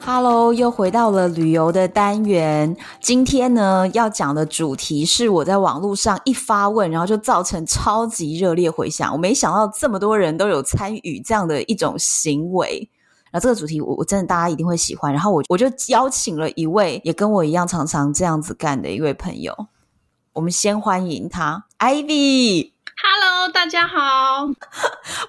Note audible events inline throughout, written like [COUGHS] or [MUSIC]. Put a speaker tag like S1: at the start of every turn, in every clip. S1: Hello，又回到了旅游的单元。今天呢，要讲的主题是我在网络上一发问，然后就造成超级热烈回响。我没想到这么多人都有参与这样的一种行为。然后这个主题我，我真的大家一定会喜欢。然后我我就邀请了一位也跟我一样常常这样子干的一位朋友。我们先欢迎他，Ivy。
S2: Hello，大家好。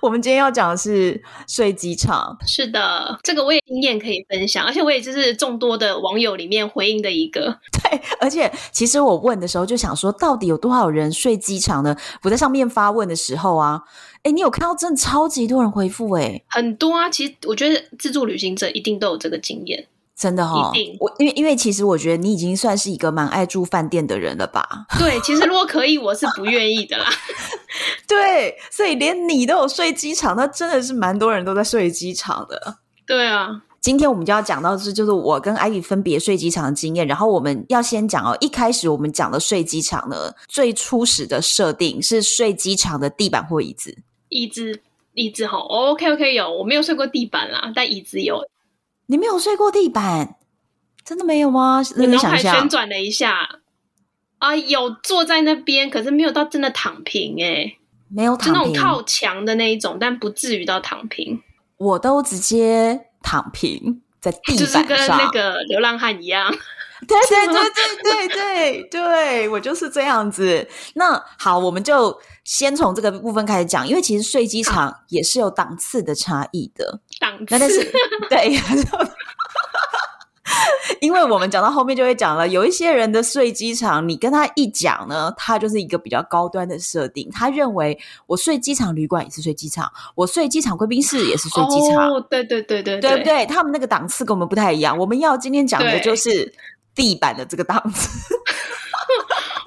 S1: 我们今天要讲的是睡机场。
S2: 是的，这个我也经验可以分享，而且我也就是众多的网友里面回应的一个。
S1: 对，而且其实我问的时候就想说，到底有多少人睡机场呢？我在上面发问的时候啊，哎，你有看到真的超级多人回复哎、
S2: 很多啊，其实我觉得自助旅行者一定都有这个经验。
S1: 真的哈、哦
S2: 一定，
S1: 我因为因为其实我觉得你已经算是一个蛮爱住饭店的人了吧？ [LAUGHS]
S2: 对，其实如果可以，我是不愿意的啦。 [LAUGHS]
S1: 对，所以连你都有睡机场，那真的是蛮多人都在睡机场的。
S2: 对啊，
S1: 今天我们就要讲到是，就是我跟艾比分别睡机场的经验。然后我们要先讲哦，一开始我们讲的睡机场呢，最初始的设定是睡机场的地板或椅子。
S2: 椅子，椅子吼、o k OK，有，我没有睡过地板啦，但椅子有。
S1: 你没有睡过地板，真的没有吗？
S2: 我
S1: 认
S2: 脑
S1: 真想
S2: 海
S1: 一下
S2: 旋，转了一下，啊，有坐在那边，可是没有到真的躺平哎、
S1: 没有
S2: 就那
S1: 躺
S2: 种
S1: 平，
S2: 靠墙的那一种，但不至于到躺平，
S1: 我都直接躺平在地
S2: 就
S1: 板
S2: 是
S1: 上。
S2: 跟那个流浪汉一样。
S1: 对对对对对对对，我就是这样子。那好，我们就先从这个部分开始讲，因为其实睡机场也是有档次的差异的。
S2: 档次
S1: 那但是
S2: [LAUGHS]
S1: 对，因为我们讲到后面就会讲了，有一些人的睡机场，你跟他一讲呢，他就是一个比较高端的设定，他认为我睡机场旅馆也是睡机场，我睡机场贵宾室也是睡机场。
S2: 哦，对对对对
S1: 对不对？他们那个档次跟我们不太一样。我们要今天讲的
S2: 对
S1: 就是地板的这个档次。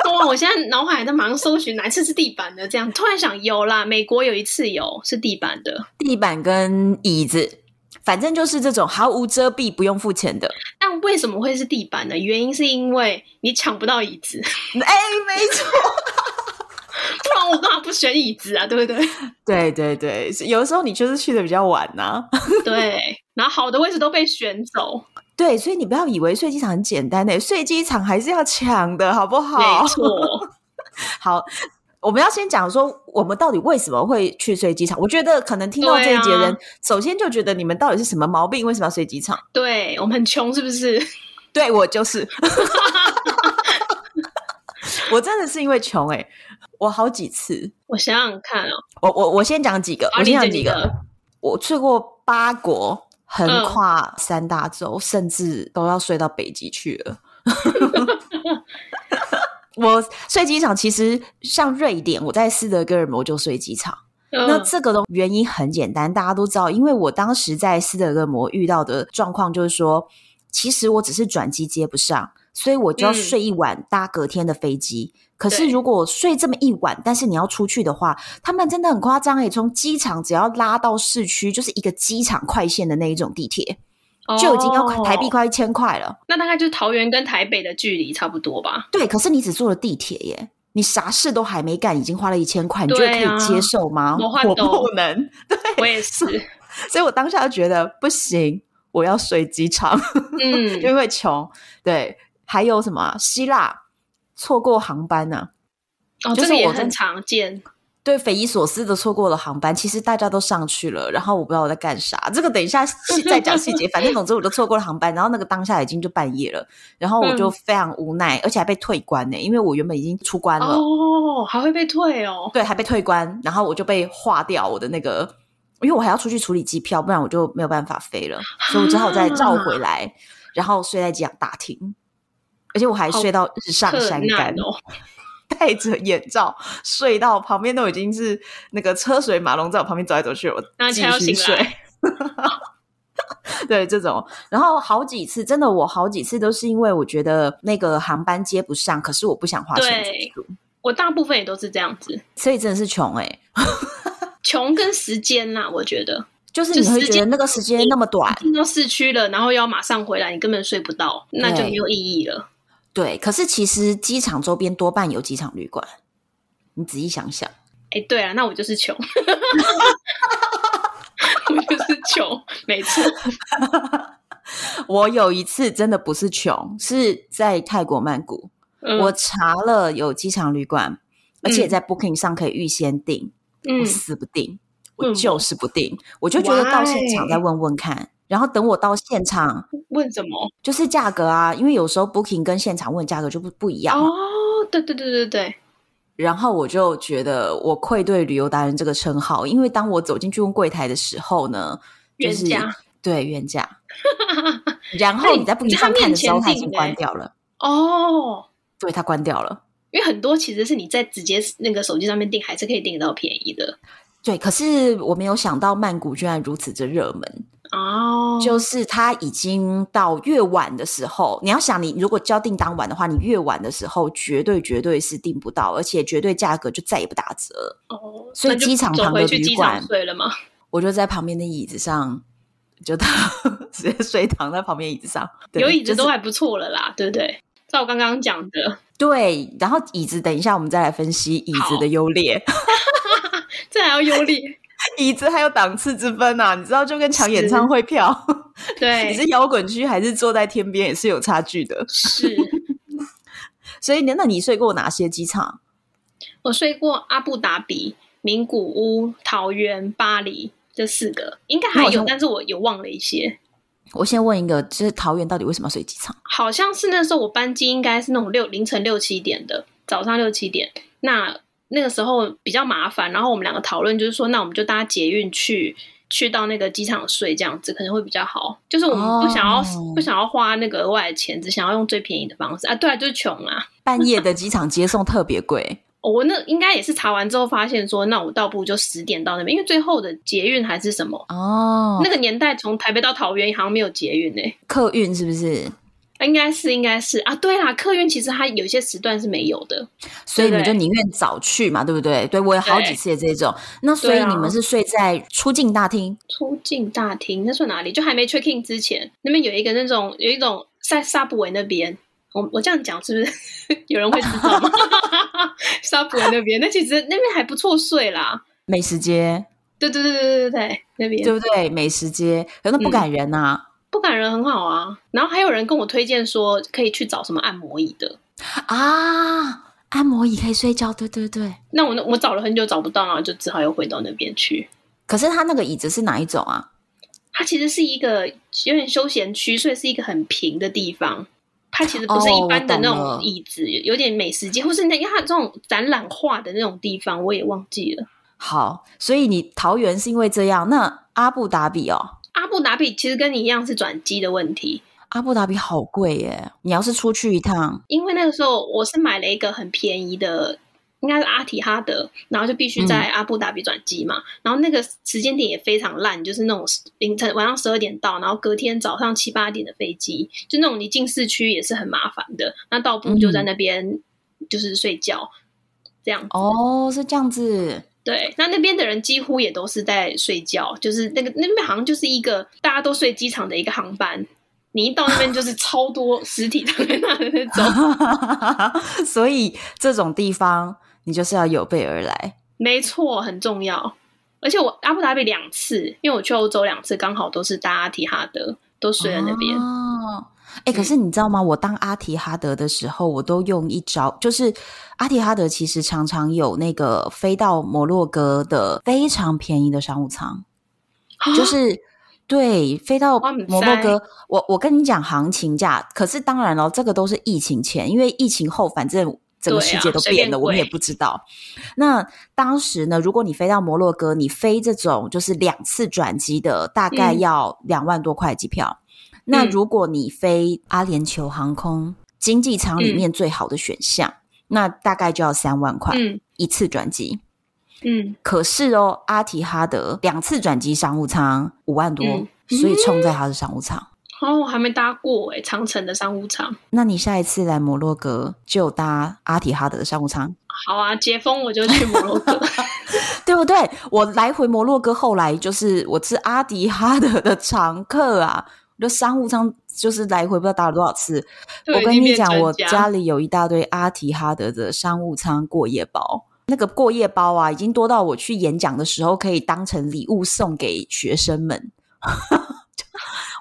S2: [LAUGHS] 哇！我现在脑海在马上搜寻哪次是地板的，这样突然想有啦，美国有一次有是地板的，
S1: 地板跟椅子，反正就是这种毫无遮蔽、不用付钱的。
S2: 但为什么会是地板呢？原因是因为你抢不到椅子， [LAUGHS]
S1: 哎，没错， [LAUGHS]
S2: 不然我干嘛不选椅子啊？对不对？ [LAUGHS]
S1: 对对对，是有的时候你就是去的比较晚呐、
S2: 对，然后好的位置都被选走，
S1: 对，所以你不要以为睡机场很简单诶、睡机场还是要抢的，好不好
S2: 没？错，
S1: 好。我们要先讲说，我们到底为什么会去睡机场？我觉得可能听到这一节
S2: 对啊
S1: 人，首先就觉得你们到底是什么毛病？为什么要睡机场？
S2: 对我们很穷是不是？ [LAUGHS]
S1: 对我就是， [LAUGHS] 我真的是因为穷哎、我好几次，
S2: 我想想看哦，
S1: 我我我先讲几个，
S2: 好
S1: 我先
S2: 你
S1: 讲
S2: 讲
S1: 几
S2: 几
S1: 个
S2: 个，
S1: 我去过八国，横
S2: 嗯
S1: 跨三大洲，甚至都要睡到北极去
S2: [LAUGHS]
S1: 了。我睡机场，其实像瑞典，我在斯德哥尔摩就睡机场。那
S2: 嗯
S1: 这个的原因很简单，大家都知道，因为我当时在斯德哥尔摩遇到的状况就是说，其实我只是转机接不上，所以我就要
S2: 嗯
S1: 睡一晚搭隔天的飞机。可是
S2: 对
S1: 如果睡这么一晚，但是你要出去的话，他们真的很夸张诶、从机场只要拉到市区，就是一个机场快线的那一种地铁，就已经要台币
S2: 哦
S1: 快一千块了。
S2: 那大概就是桃园跟台北的距离差不多吧。
S1: 对，可是你只坐了地铁耶，你啥事都还没干，已经花了一千块，你觉得可
S2: 对啊
S1: 以接受吗？
S2: 我换
S1: 不
S2: 懂
S1: 能，
S2: 我也是，
S1: 所以我当下就觉得不行，我要睡机场， [LAUGHS]
S2: 嗯，
S1: 因为穷。对，还有什么啊希腊错过航班呢、
S2: 哦，
S1: 就
S2: 这
S1: 是
S2: 个也
S1: 我真
S2: 很常见。
S1: 对，匪夷所思的错过了航班，其实大家都上去了，然后我不知道我在干啥。这个等一下细再讲细节，反正总之我就错过了航班，然后那个当下已经就半夜了，然后我就
S2: 嗯
S1: 非常无奈，而且还被退关呢、因为我原本已经出关了，
S2: 哦，还会被退哦。
S1: 对，还被退关，然后我就被划掉我的那个，因为我还要出去处理机票，不然我就没有办法飞
S2: 啊
S1: 了，所以我只好再绕回来，然后睡在机场大厅，而且我还睡到日上
S2: 特
S1: 山
S2: 难
S1: 杆，
S2: 哦，
S1: 戴着眼罩睡到旁边都已经是那个车水马龙，在我旁边走来走去，我
S2: 那
S1: 继
S2: 才要
S1: 续
S2: 醒
S1: 睡
S2: 来。
S1: [LAUGHS] 对这种，然后好几次，真的我好几次都是因为我觉得那个航班接不上，可是我不想花钱
S2: 对
S1: 住宿
S2: 我大部分也都是这样子，
S1: 所以真的是穷哎、
S2: 穷跟时间啦，我觉得。
S1: 就是
S2: 就
S1: 你会
S2: 时
S1: 觉得
S2: 间嗯
S1: 那个时间那么短，
S2: 进到市区了，然后又要马上回来，你根本睡不到，那就没有意义了。
S1: 对。可是其实机场周边多半有机场旅馆，你仔细想
S2: [LAUGHS]
S1: 想，
S2: 哎、对啊，那我就
S1: [LAUGHS]
S2: 是穷，我就是穷，没错。
S1: 我有一次真的不是穷，是在泰国曼谷，
S2: 嗯、
S1: 我查了有机场旅馆，而且
S2: 嗯
S1: 在 Booking 上可以预先订，
S2: 嗯
S1: 我，死不定，我
S2: 嗯
S1: 就是不定，我就觉得到现场
S2: Why？
S1: 再问问看。然后等我到现场，
S2: 问什么？
S1: 就是价格啊，因为有时候 Booking 跟现场问价格就不不一样嘛。
S2: 哦，对对对对对，
S1: 然后我就觉得我愧对旅游达人这个称号，因为当我走进去问柜台的时候呢，就是
S2: 原价
S1: 对原
S2: [LAUGHS]
S1: 价，然后你在 Booking
S2: 你在他
S1: 上看的时候，
S2: 面前
S1: 它已
S2: 订
S1: 经
S2: 的
S1: 关
S2: 欸
S1: 掉了，
S2: 哦，
S1: 对，它关掉了。
S2: 因为很多其实是你在直接那个手机上面订，还是可以订得到便宜的
S1: 对，可是我没有想到曼谷居然如此之热门，
S2: 哦。
S1: 就是它已经到越晚的时候，你要想，你如果交订当晚的话，你越晚的时候绝对绝对是订不到，而且绝对价格就再也不打折了。
S2: 哦，
S1: 所以
S2: 那就
S1: 机场
S2: 走
S1: 旁的
S2: 回去
S1: 旅
S2: 机场
S1: 馆
S2: 睡了吗？
S1: 我就在旁边的椅子上，就躺 [LAUGHS] 直接睡躺在旁边椅子上，对
S2: 有椅子
S1: 就是
S2: 都还不错了啦，对不对？照我刚刚讲的，
S1: 对。然后椅子，等一下我们再来分析椅子
S2: 好
S1: 的优劣， [LAUGHS]
S2: 这还要优劣，
S1: 椅子还有档次之分啊，你知道，就跟抢演
S2: 是
S1: 唱会票， [LAUGHS] 你
S2: 对，
S1: 是摇滚区还是坐在天边也是有差距的。
S2: 是
S1: 所以，那你睡过哪些机场？
S2: 我睡过阿布达比、名古屋、桃园、巴黎这四个，应该还
S1: 那我
S2: 有，
S1: 想
S2: 但是我有忘了一些。
S1: 我先问一个，就是桃园到底为什么要睡机场？
S2: 好像是那时候我班机应该是那种六凌晨六七点的，早上六七点。那那个时候比较麻烦，然后我们两个讨论就是说，那我们就搭捷运去。去到那个机场睡这样子可能会比较好，就是我们不想要、
S1: 哦
S2: 不想要花那个额外的钱，只想要用最便宜的方式啊。对啊，就是穷啊。
S1: 半夜的机场接送特别贵，
S2: 我那应该也是查完之后发现说，那我倒不如就十点到那边，因为最后的捷运还是什么？
S1: 哦，
S2: 那个年代从台北到桃园好像没有捷运诶、
S1: 客运是不是？
S2: 啊应该是应该是啊，对啦，客运其实它有一些时段是没有的，
S1: 所以你们
S2: 对
S1: 就宁愿早去嘛，对不对？对我有好几
S2: 对
S1: 次也这种。那所以
S2: 对啊
S1: 你们是睡在出境大厅，
S2: 出境大厅那算哪里？就还没 check in 之前，那边有一个那种有一种在沙布维那边。我我这样讲是不是 [LAUGHS] 有人会知道吗？沙布维那边，那其实那边还不错睡啦。
S1: 美食街，
S2: 对对对对对对，那边
S1: 对不对？美食街，可是那不
S2: 嗯
S1: 感人呐、
S2: 不感人很好啊。然后还有人跟我推荐说可以去找什么按摩椅的，
S1: 啊！按摩椅可以睡觉，对对对。
S2: 那我我找了很久找不到，然后就只好又回到那边去。
S1: 可是它那个椅子是哪一种啊？
S2: 它其实是一个有点休闲区，所以是一个很平的地方。它其实不是
S1: 哦
S2: 一般的那
S1: 我懂了
S2: 种椅子，有点美食街，或是那因为它这种展览画的那种地方，我也忘记了。
S1: 好，所以你桃园是因为这样，那阿布达比哦，
S2: 阿布达比其实跟你一样是转机的问题，
S1: 阿布达比好贵耶！你要是出去一趟，
S2: 因为那个时候我是买了一个很便宜的，应该是阿提哈德，然后就必须在阿布达比转机嘛。然后那个时间点也非常烂，就是那种凌晨晚上十二点到，然后隔天早上七八点的飞机，就那种你进市区也是很麻烦的。那倒不如就在那边就是睡觉，这样
S1: 哦，是这样子， [LAUGHS]
S2: 对。那那边的人几乎也都是在睡觉，就是那个那边好像就是一个大家都睡机场的一个航班。你一到那边就是超多尸体躺在那的那种，
S1: 所以这种地方你就是要有备而来。
S2: 没错，很重要。而且我阿布达比两次，因为我去欧洲两次，刚好都是搭阿提哈德，都睡在那边。嗯
S1: 哦，哎、可是你知道吗？我当阿提哈德的时候，我都用一招，就是阿提哈德其实常常有那个飞到摩洛哥的非常便宜的商务舱，
S2: 啊哦
S1: 就是。对，飞到
S2: 我不
S1: 摩洛
S2: 知
S1: 哥，我我跟你讲行情价，可是当然了，这个都是疫情前，因为疫情后反正整个
S2: 对啊
S1: 世界都
S2: 随
S1: 变
S2: 便
S1: 了，我们也
S2: 贵
S1: 不知道。那当时呢，如果你飞到摩洛哥，你飞这种就是两次转机的，大概
S2: 嗯
S1: 要两万多块机票。那
S2: 嗯
S1: 如果你飞阿联酋航空经济舱
S2: 嗯
S1: 里面最好的选项，那大概就要三万块、
S2: 嗯
S1: 一次转机。
S2: 嗯，
S1: 可是哦，阿提哈德两次转机商务舱五万多，
S2: 嗯
S1: 所以冲在他的商务舱。
S2: 哦，我还没搭过哎、长城的商务舱，
S1: 那你下一次来摩洛哥就搭阿提哈德的商务舱， [LAUGHS]
S2: 好啊，解封我就去摩洛哥。
S1: 对不对？我来回摩洛哥，后来就是我是阿迪哈德的常客啊，我的商务舱就是来回不知道打了多少次。
S2: 就
S1: 我
S2: 已
S1: 跟
S2: 经
S1: 你
S2: 变
S1: 讲，
S2: 专
S1: 我
S2: 家
S1: 家里有一大堆阿提哈德的商务舱过夜包，那个过夜包啊，已经多到我去演讲的时候可以当成礼物送给学生们。 [LAUGHS]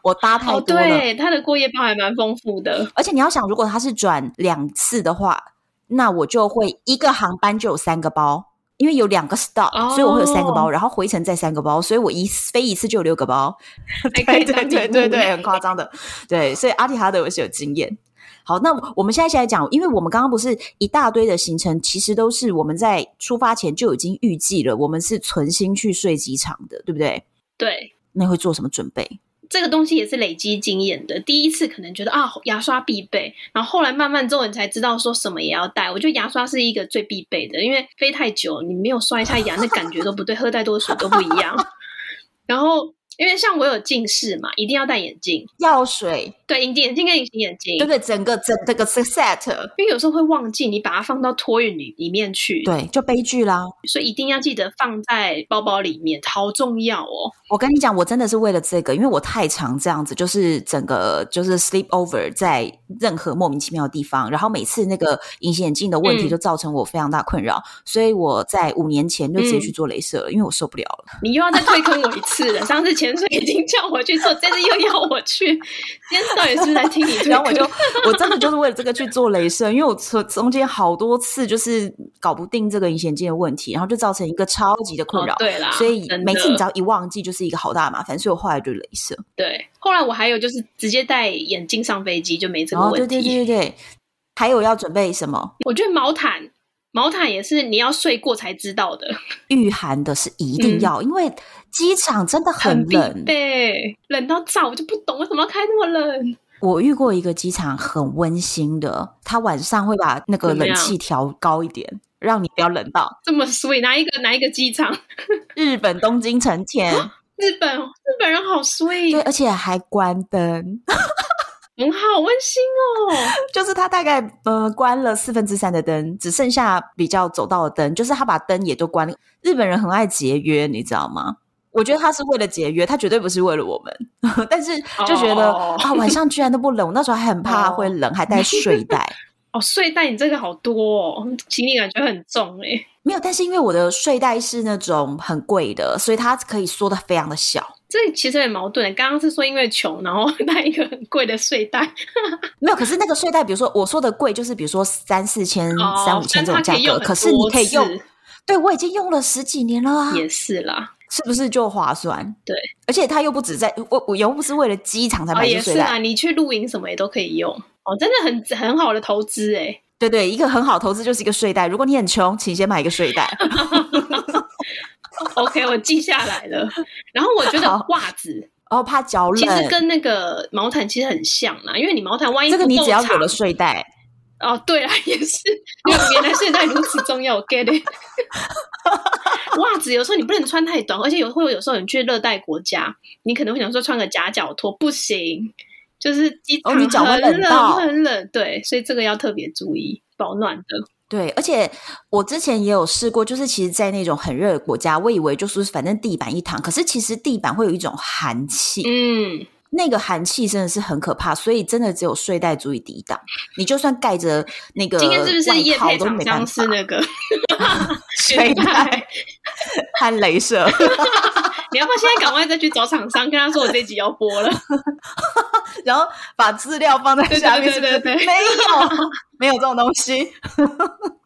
S1: 我搭太
S2: 哦，
S1: 多了，
S2: 对，他的过夜包还蛮丰富
S1: [LAUGHS]
S2: 的。
S1: 而且你要想，如果他是转两次的话，那我就会一个航班就有三个包，因为有两个 stop，、
S2: 哦
S1: 所以我会有三个包，然后回程再三个包，所以我一飞一次就有六个包。 [LAUGHS]
S2: 还可
S1: 对
S2: 以
S1: 对
S2: 当
S1: 对
S2: 礼
S1: 对
S2: 物
S1: 对，很夸张的。对，所以阿提哈德我是有经验。好，那我们现在先来讲，因为我们刚刚不是一大堆的行程，其实都是我们在出发前就已经预计了，我们是存心去睡机场的，对不对？
S2: 对，
S1: 那会做什么准备？
S2: 这个东西也是累积经验的。第一次可能觉得啊，牙刷必备，然后后来慢慢之后你才知道说什么也要带。我觉得牙刷是一个最必备的，因为飞太久，你没有刷一下牙，那感觉都不对，喝再多水都不一
S1: [LAUGHS]
S2: 样。然后因为像我有近视嘛，一定要戴眼镜，
S1: 药水，
S2: 对，隐形眼镜跟隐形眼镜
S1: 对不。对？整个整这个 set，
S2: 因为有时候会忘记，你把它放到托运里里面去，
S1: 对，就悲剧啦。
S2: 所以一定要记得放在包包里面，好重要哦。
S1: 我跟你讲，我真的是为了这个，因为我太常这样子，就是整个就是 sleep over 在任何莫名其妙的地方，然后每次那个隐形眼镜的问题
S2: 嗯
S1: 就造成我非常大困扰，所以我在五年前就直接
S2: 嗯
S1: 去做镭射了，因为我受不了了。
S2: 你又要再退坑我一次
S1: [LAUGHS]
S2: 了。上次潜水已经叫我去做，这次又要我去，今天到底是不是在听你哦推坑？
S1: 然后我就我真的就是为了这个去做镭射，因为我从中间好多次就是搞不定这个隐形眼镜的问题，然后就造成一个超级的困扰。
S2: 哦、对啦，
S1: 所以
S2: 真的
S1: 每次你只要一忘记，就是一个好大的麻烦，所以我后来就镭射。
S2: 对。后来我还有就是直接戴眼镜上飞机就没这个
S1: 哦，
S2: 问
S1: 对
S2: 题。
S1: 对对对对，还有要准备什么？
S2: 我觉得毛毯。毛毯也是你要睡过才知道的，
S1: 御寒的是一定要，因为机场真的很
S2: 嗯必
S1: 冷。
S2: 备，冷到炸！我就不懂为什么要开那么冷。
S1: 我遇过一个机场很温馨的，他晚上会把那个
S2: 怎么
S1: 冷
S2: 样
S1: 气调高一点，让你不要冷到。
S2: 这么 sweet，哪一个哪一个机场？
S1: 日本东京成田，
S2: 日本日本人好
S1: 对，
S2: sweet，
S1: 而且还关灯，
S2: 很好温馨哦。
S1: 就是他大概呃关了四分之三的灯，只剩下比较走道的灯，就是他把灯也都关了。日本人很爱节约，你知道吗？我觉得他是为了节约，他绝对不是为了我们， [LAUGHS] 但是就觉得、
S2: 哦
S1: 啊，晚上居然都不冷，我那时候还很怕
S2: 哦
S1: 会冷，还带睡袋。
S2: [LAUGHS] 哦，睡袋你这个好多哦，行李感觉很重哎、
S1: 没有，但是因为我的睡袋是那种很贵的，所以它可以缩的非常的小。
S2: 这其实很矛盾。刚刚是说因为穷，然后 [LAUGHS] 带一个很贵的睡袋，
S1: 没有，可是那个睡袋，比如说我说的贵，就是比如说三四千、
S2: 哦
S1: 三五千这种
S2: 但它
S1: 价
S2: 可以
S1: 格，
S2: 用很多
S1: 可是你可以
S2: 次
S1: 用。啊对，我已经用了十几年了啊，
S2: 也是啦，
S1: 是不是就划算？
S2: 对，
S1: 而且它又不止在我，我又不是为了机场才
S2: 哦
S1: 买这
S2: 也
S1: 个
S2: 是
S1: 睡袋，
S2: 啦，你去露营什么也都可以用。哦，真的很很好的投资哎、
S1: [LAUGHS] 对对，一个很好的投资就是一个睡袋。如果你很穷，请先买一个睡
S2: [LAUGHS]
S1: 袋。
S2: OK，我记下来了。然后我觉
S1: 好
S2: 得袜子
S1: 哦，怕脚冷，
S2: 其实跟那个毛毯其实很像啦，因为你毛毯万一
S1: 这个你
S2: 不够
S1: 只要有
S2: 长
S1: 了睡袋，
S2: 哦，对啊，也是，因为原来睡袋如此重要，我 get it。袜子有时候你不能穿太短，而且有会有有时候你去热带国家，你可能会想说穿个夹脚拖，不行，就是机
S1: 哦
S2: 场
S1: 你脚会
S2: 很
S1: 冷到
S2: 很冷，对，所以这个要特别注意保暖的。
S1: 对，而且我之前也有试过，就是其实，在那种很热的国家，我以为就是反正地板一躺，可是其实地板会有一种寒气，
S2: 嗯，
S1: 那个寒气真的是很可怕，所以真的只有睡袋足以抵挡。你就算盖着那个
S2: 今天是不是
S1: 外
S2: 夜
S1: 套
S2: 配
S1: 都
S2: 厂
S1: 没办
S2: 商
S1: 法
S2: 是，那
S1: [LAUGHS]
S2: 个
S1: 睡袋？和镭射。
S2: 你要不要现在赶快再去找厂商，跟他说我这集要播了？
S1: 然后把资料放在
S2: 对对
S1: 下面，
S2: 对
S1: 是不是？
S2: 对对
S1: 没有，没有这种东西。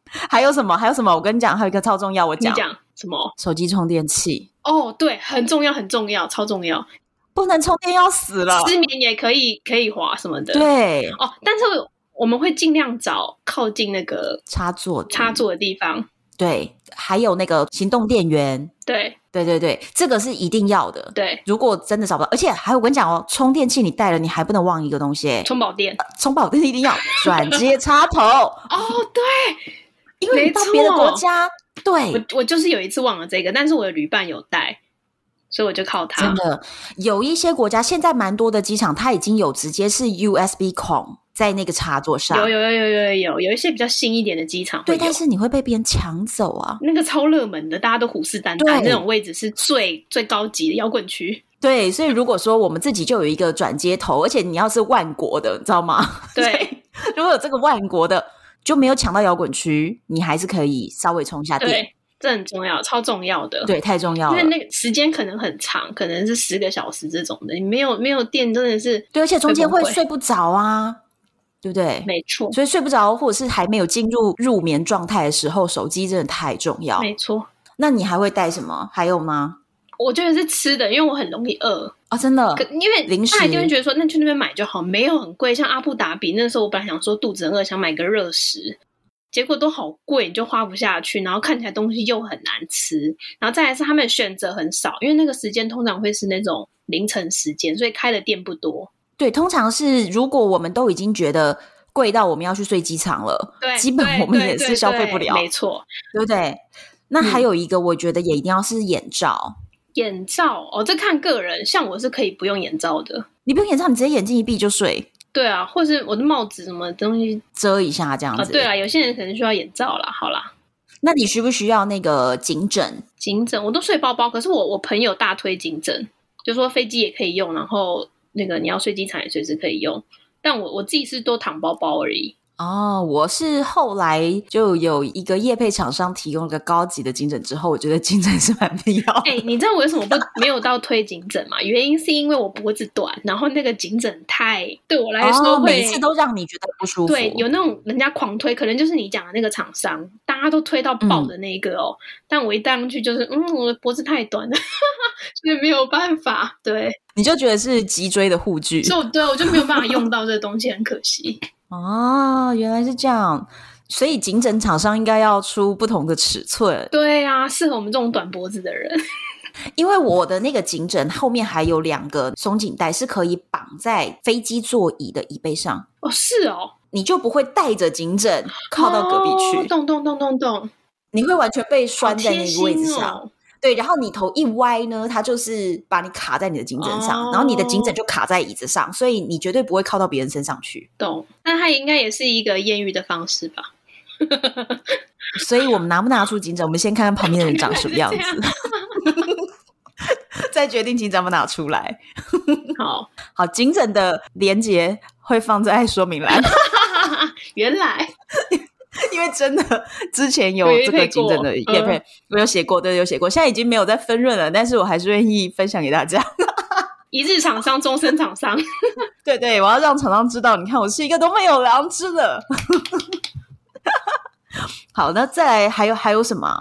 S1: [LAUGHS] 还有什么？还有什么？我跟你讲，还有一个超重要，我 [LAUGHS]
S2: 你
S1: 讲
S2: 讲什么？
S1: 手机充电器
S2: 哦，对，很重要，很重要，超重要。
S1: 不能充电要死了。
S2: 失眠也可以，可以滑什么的。
S1: 对，
S2: 哦，但是我们会尽量找靠近那个
S1: 插座的
S2: 插座的地方。
S1: 对，还有那个行动电源，
S2: 对
S1: 对对对，这个是一定要的。
S2: 对，
S1: 如果真的找不到，而且还有我跟你讲哦，充电器你带了，你还不能忘一个东西，
S2: 充饱电。
S1: 充饱电一定
S2: [LAUGHS]
S1: 要转接插头，
S2: 哦，对，
S1: 因为你
S2: 没
S1: 到
S2: 错
S1: 别的国家，对
S2: 我我就是有一次忘了这个，但是我的旅伴有带，所以我就靠它。
S1: 真的有一些国家现在蛮多的机场，它已经有直接是 USB 孔在那个插座上，
S2: 有有有有有有有一些比较新一点的机场会
S1: 对，
S2: 有，
S1: 但是你会被别人抢走啊。
S2: 那个超热门的，大家都虎视眈眈，
S1: 对
S2: 那种位置是最最高级的摇滚区。
S1: 对，所以如果说我们自己就有一个转接头，而且你要是万国的，你知道吗？ [LAUGHS]
S2: 对
S1: 如果有这个万国的，就没有抢到摇滚区，你还是可以稍微充一下电。
S2: 对，这很重要，超重要的。
S1: 对，太重要
S2: 因
S1: 了
S2: 为。那个时间可能很长，可能是十个小时这种的，你没有没有电真的是
S1: 对，而且中间
S2: 会
S1: 会
S2: 崩溃
S1: 睡不着啊，对不对？
S2: 没错，
S1: 所以睡不着，或者是还没有进入入眠状态的时候，手机真的太重要。
S2: 没错。
S1: 那你还会带什么？还有吗？
S2: 我觉得是吃的，因为我很容易饿，
S1: 啊、真的
S2: 可因为
S1: 零食
S2: 大家一定会觉得说，那去那边买就好，没有很贵。像阿布达比那时候，我本来想说肚子很饿，想买个热食，结果都好贵，你就花不下去，然后看起来东西又很难吃，然后再来是他们选择很少，因为那个时间通常会是那种凌晨时间，所以开的店不多。
S1: 对，通常是如果我们都已经觉得贵到我们要去睡机场了，
S2: 对，
S1: 基本
S2: 对
S1: 我们
S2: 对
S1: 也是
S2: 对
S1: 消费
S2: 对
S1: 不了，
S2: 没错。
S1: 对不对？那还
S2: 嗯
S1: 有一个，我觉得也一定要是眼罩。
S2: 眼罩哦，这看个人，像我是可以不用眼罩的。
S1: 你不用眼罩，你直接眼睛一闭就睡，
S2: 对啊，或是我的帽子什么东西
S1: 遮一下这样
S2: 啊？
S1: 子。
S2: 对啊，有些人可能需要眼罩啦。好啦，
S1: 那你需不需要那个颈枕？
S2: 颈枕我都睡包包，可是我我朋友大推颈枕，就说飞机也可以用，然后那个你要睡机场也随时可以用。但我我自己是都躺包包而已。
S1: 哦，我是后来就有一个业配厂商提供了个高级的颈枕之后，我觉得颈枕是蛮必要的。
S2: 哎、你知道我为什么不没有到推颈枕吗？原因是因为我脖子短，然后那个颈枕太对我来说
S1: 哦，
S2: 会、
S1: 每次都让你觉得不舒服。
S2: 对，有那种人家狂推，可能就是你讲的那个厂商，大家都推到爆
S1: 嗯
S2: 的那一个哦。但我一戴上去就是，嗯，我的脖子太短了， [LAUGHS] 所以没有办法。
S1: [LAUGHS]
S2: 对，
S1: 你就觉得是脊椎的护具。
S2: 所以我对我就没有办法用到这东西，很可惜。
S1: 哦，原来是这样。所以颈枕厂商应该要出不同的尺寸，
S2: 对啊，适合我们这种短脖子的人。 [LAUGHS]
S1: 因为我的那个颈枕后面还有两个松紧带，是可以绑在飞机座椅的椅背上，
S2: 哦，是哦，
S1: 你就不会带着颈枕靠到隔壁
S2: 哦
S1: 去，
S2: 咚咚咚咚咚，
S1: 你会完全被
S2: 好
S1: 拴在
S2: 贴
S1: 那个位
S2: 心
S1: 置上。
S2: 哦。
S1: 对，然后你头一歪呢，它就是把你卡在你的颈枕
S2: 哦
S1: 上，然后你的颈枕就卡在椅子上，所以你绝对不会靠到别人身上去。
S2: 懂，那它应该也是一个艳遇的方式吧？
S1: 所以我们拿不拿出颈枕，我们先看看旁边的人长什么样
S2: [LAUGHS] 原来是
S1: 子，再决定颈枕要不要拿出来。
S2: 好，
S1: 好，颈枕的连接会放在说明
S2: [LAUGHS]
S1: 栏，
S2: 原来
S1: 因为真的之前有
S2: 有业
S1: 这
S2: 配
S1: 个颈枕
S2: 过嗯
S1: 的页配，我有写过，对，有写过，现在已经没有在分润了，但是我还是愿意分享给大家。 [LAUGHS]
S2: 一日厂商，终身厂商。 [LAUGHS]
S1: 对对，我要让厂商知道，你看我是一个都没有良知的。 [LAUGHS] 好，那再来还有还有什么啊？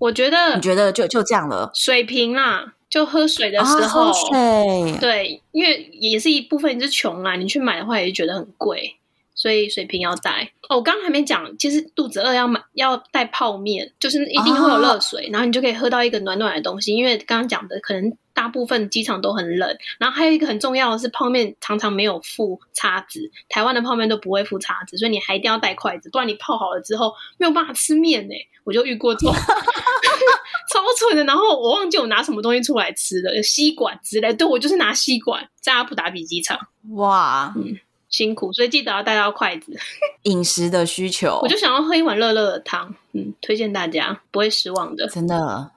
S2: 我觉得
S1: 你觉得就就这样了？
S2: 水瓶啦，就喝水的时
S1: 啊
S2: 候，
S1: 喝水，
S2: 对，因为也是一部分是穷啦，你去买的话也觉得很贵，所以水瓶要带。哦，我刚刚还没讲，其实肚子饿要买要带泡面，就是一定会有热水，然后你就可以喝到一个暖暖的东西，因为刚刚讲的可能。大部分机场都很冷，然后还有一个很重要的是，泡面常常没有附叉子，台湾的泡面都不会附叉子，所以你还一定要带筷子，不然你泡好了之后没有办法吃面呢、我就遇过这种 [LAUGHS] 超蠢的。然后我忘记我拿什么东西出来吃的，有吸管之类。对我就是拿吸管，在阿布达比机场
S1: 哇，
S2: 辛苦，所以记得要带到筷子。
S1: 饮食的需求，
S2: 我就想要喝一碗热热的汤，嗯，推荐大家不会失望的，
S1: 真的。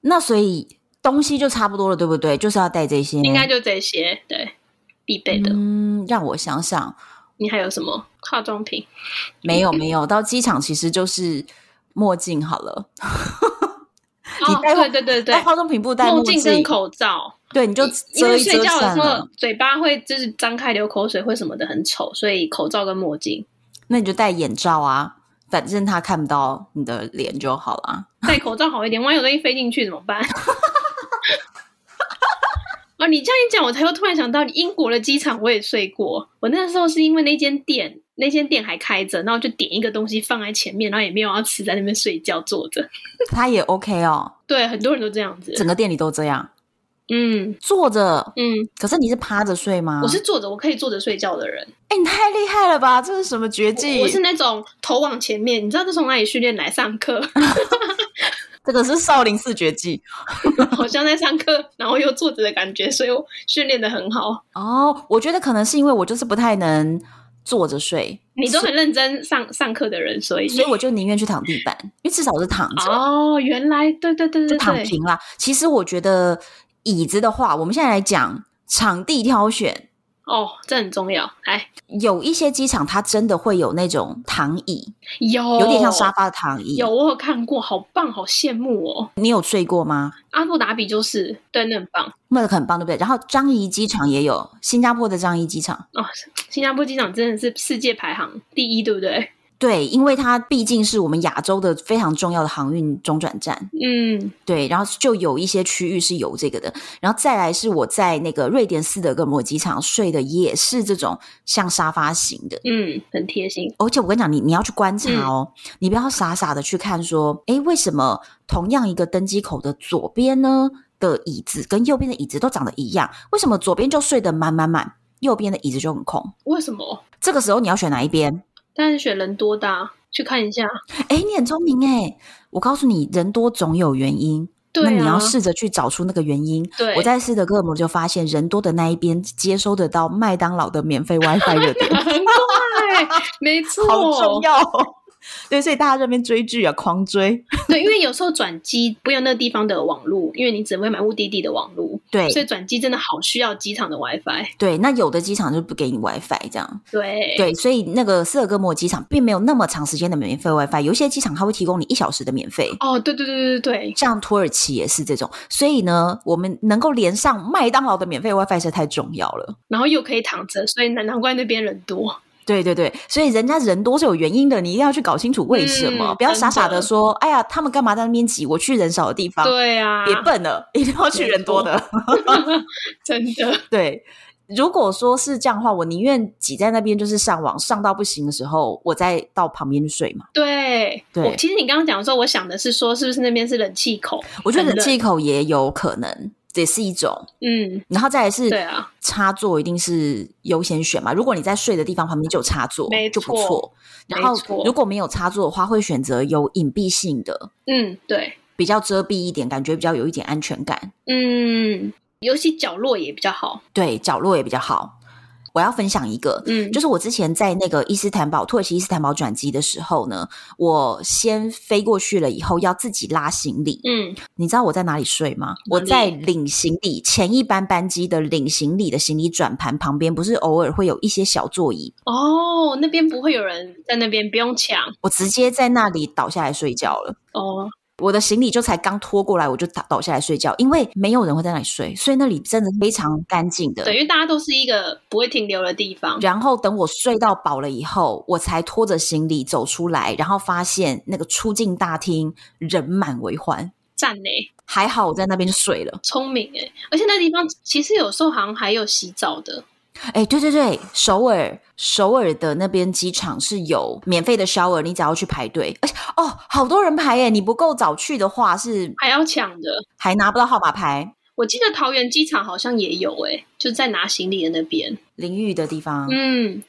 S1: 那所以东西就差不多了，对不对？就是要带这些，
S2: 应该就这些，对，必备的。
S1: 嗯，让我想想，
S2: 你还有什么化妆品？
S1: 没
S2: 嗯
S1: 有没有，到机场其实就是墨镜好了，你
S2: 哦，
S1: 带
S2: 对对
S1: 带
S2: 对对，
S1: 化妆品部戴
S2: 墨
S1: 镜
S2: 镜跟口罩。
S1: 对，你就
S2: 因
S1: 遮
S2: 为
S1: 一
S2: 睡
S1: 遮
S2: 觉的
S1: 算
S2: 时
S1: 了
S2: 候。嘴巴会就是张开流口水或什么的，很丑，所以口罩跟墨镜。
S1: 那你就戴眼罩啊，反正他看不到你的脸就好了。
S2: 戴口罩好一点，万一有东西飞进去怎么办？ [LAUGHS] 啊，你这样一讲，我才又突然想到，英国的机场我也睡过。我那时候是因为那间店，那间店还开着，然后就点一个东西放在前面，然后也没有要吃，在那边睡觉坐着。
S1: 他也 OK 哦，
S2: 对，很多人都这样子。
S1: 整个店里都这样，
S2: 嗯
S1: 坐着。
S2: 嗯，
S1: 可是你是趴着睡吗？
S2: 我是坐着，我可以坐着睡觉的人。
S1: 哎、你太厉害了吧！这是什么绝技？
S2: 我是那种头往前面，你知道这从哪里训练来上课？
S1: 这个是少林寺绝技
S2: 好像在上课，然后又坐着的感觉，所以我训练的很好。
S1: 哦。我觉得可能是因为我就是不太能坐着睡，
S2: 你都很认真上上课的人，所以
S1: 所以我就宁愿去躺地板，因为至少我是躺着。
S2: 哦，原来对对对
S1: 就
S2: 对
S1: 躺
S2: 对，
S1: 平啦。其实我觉得椅子的话，我们现在来讲场地挑选，
S2: 哦，这很重要。哎，
S1: 有一些机场它真的会有那种躺椅，
S2: 有
S1: 有点像沙，发的躺椅。
S2: 哦有我有看过，好棒，好羡慕哦。
S1: 你有睡过吗？
S2: 阿布达比就是对，那很棒
S1: 那个很棒，对不对？然后樟宜机场也有，新加坡的樟宜机场。
S2: 哦。新加坡机场真的是世界排行第一，对不对？
S1: 对，因为它毕竟是我们亚洲的非常重要的航运中转站，
S2: 嗯，
S1: 对，然后就有一些区域是有这个的，然后再来是我在那个瑞典斯德哥尔摩机场睡的也是这种像沙发型的，
S2: 嗯，很贴心。
S1: 而且我跟你讲，你你要去观察
S2: 嗯
S1: 哦，你不要傻傻的去看说，诶，为什么同样一个登机口的左边呢的椅子跟右边的椅子都长得一样，为什么左边就睡得满满满，右边的椅子就很空？
S2: 为什么？
S1: 这个时候你要选哪一边？
S2: 但是选人多的啊、去看一下。
S1: 诶，你很聪明诶，我告诉你，人多总有原因。
S2: 对啊，
S1: 那你要试着去找出那个原因。
S2: 对
S1: 我在斯德哥尔摩就发现，人多的那一边接收得到麦当劳的免费 WiFi 热
S2: [LAUGHS]
S1: 点，
S2: 很快，没错，
S1: 好重要、哦。 [LAUGHS] 对，所以大家这边追剧啊，狂
S2: [LAUGHS]
S1: 追。
S2: 对，因为有时候转机不用那个地方的网路，因为你只会买目的地的网路，
S1: 对
S2: 所以转机真的好需要机场的 WiFi。
S1: 对，那有的机场就不给你 WiFi 这样。
S2: 对，
S1: 对，所以那个斯德哥尔摩机场并没有那么长时间的免费 WiFi，有一些机场它会提供你一小时的免费。
S2: 哦，对对对对对
S1: 像土耳其也是这种，所以呢，我们能够连上麦当劳的免费 WiFi 实在太重要了。
S2: 然后又可以躺着，所以难难怪那边人多。
S1: 对对对，所以人家人多是有原因的，你一定要去搞清楚为什么，
S2: 嗯
S1: 不要傻傻
S2: 真
S1: 的
S2: 的
S1: 说，哎呀，他们干嘛在那边挤？我去人少的地方，
S2: 对啊，
S1: 别笨了，一定要去人多的。
S2: 真
S1: [LAUGHS]
S2: 的，
S1: 对，如果说是这样的话，我宁愿挤在那边，就是上网上到不行的时候，我再到旁边去睡嘛。
S2: 对
S1: 对
S2: 我其实你刚刚讲的时候，我想的是说，是不是那边是冷气口？
S1: 我觉得
S2: 很
S1: 冷气口也有可能，这也是一种。
S2: 嗯，
S1: 然后再来是
S2: 对啊，
S1: 插座一定是优先选嘛。如果你在睡的地方旁边就有插座，
S2: 没
S1: 就不
S2: 错
S1: 错。然后
S2: 没错
S1: 如果没有插座的话，会选择有隐蔽性的，
S2: 嗯，对，
S1: 比较遮蔽一点，感觉比较有一点安全感。
S2: 嗯，尤其角落也比较好。
S1: 对，角落也比较好。我要分享一个，
S2: 嗯，
S1: 就是我之前在那个伊斯坦堡，土耳其伊斯坦堡转机的时候呢，我先飞过去了，以后要自己拉行李。
S2: 嗯，
S1: 你知道我在哪里睡吗？我
S2: 哪里
S1: 在领行李前一班班机的领行李的行李转盘旁边，不是偶尔会有一些小座椅，
S2: 哦，那边不会有人在那边，不用抢。
S1: 我直接在那里倒下来睡觉了。
S2: 哦，
S1: 我的行李就才刚拖过来，我就倒倒下来睡觉，因为没有人会在那里睡，所以那里真的非常干净的。
S2: 对，因为大家都是一个不会停留的地方。
S1: 然后等我睡到饱了以后，我才拖着行李走出来，然后发现那个出境大厅人满为患。
S2: 赞呢，
S1: 还好我在那边睡了。
S2: 聪明哎！而且那地方其实有时候好像还有洗澡的，
S1: 哎，对对对，首尔首尔的那边机场是有免费的 shower，你只要去排队。而且哦，好多人排耶，你不够早去的话是
S2: 还要抢的。
S1: 还拿不到号码牌。
S2: 我记得桃园机场好像也有哎，就在拿行李的那边。
S1: 淋浴的地方，
S2: 嗯，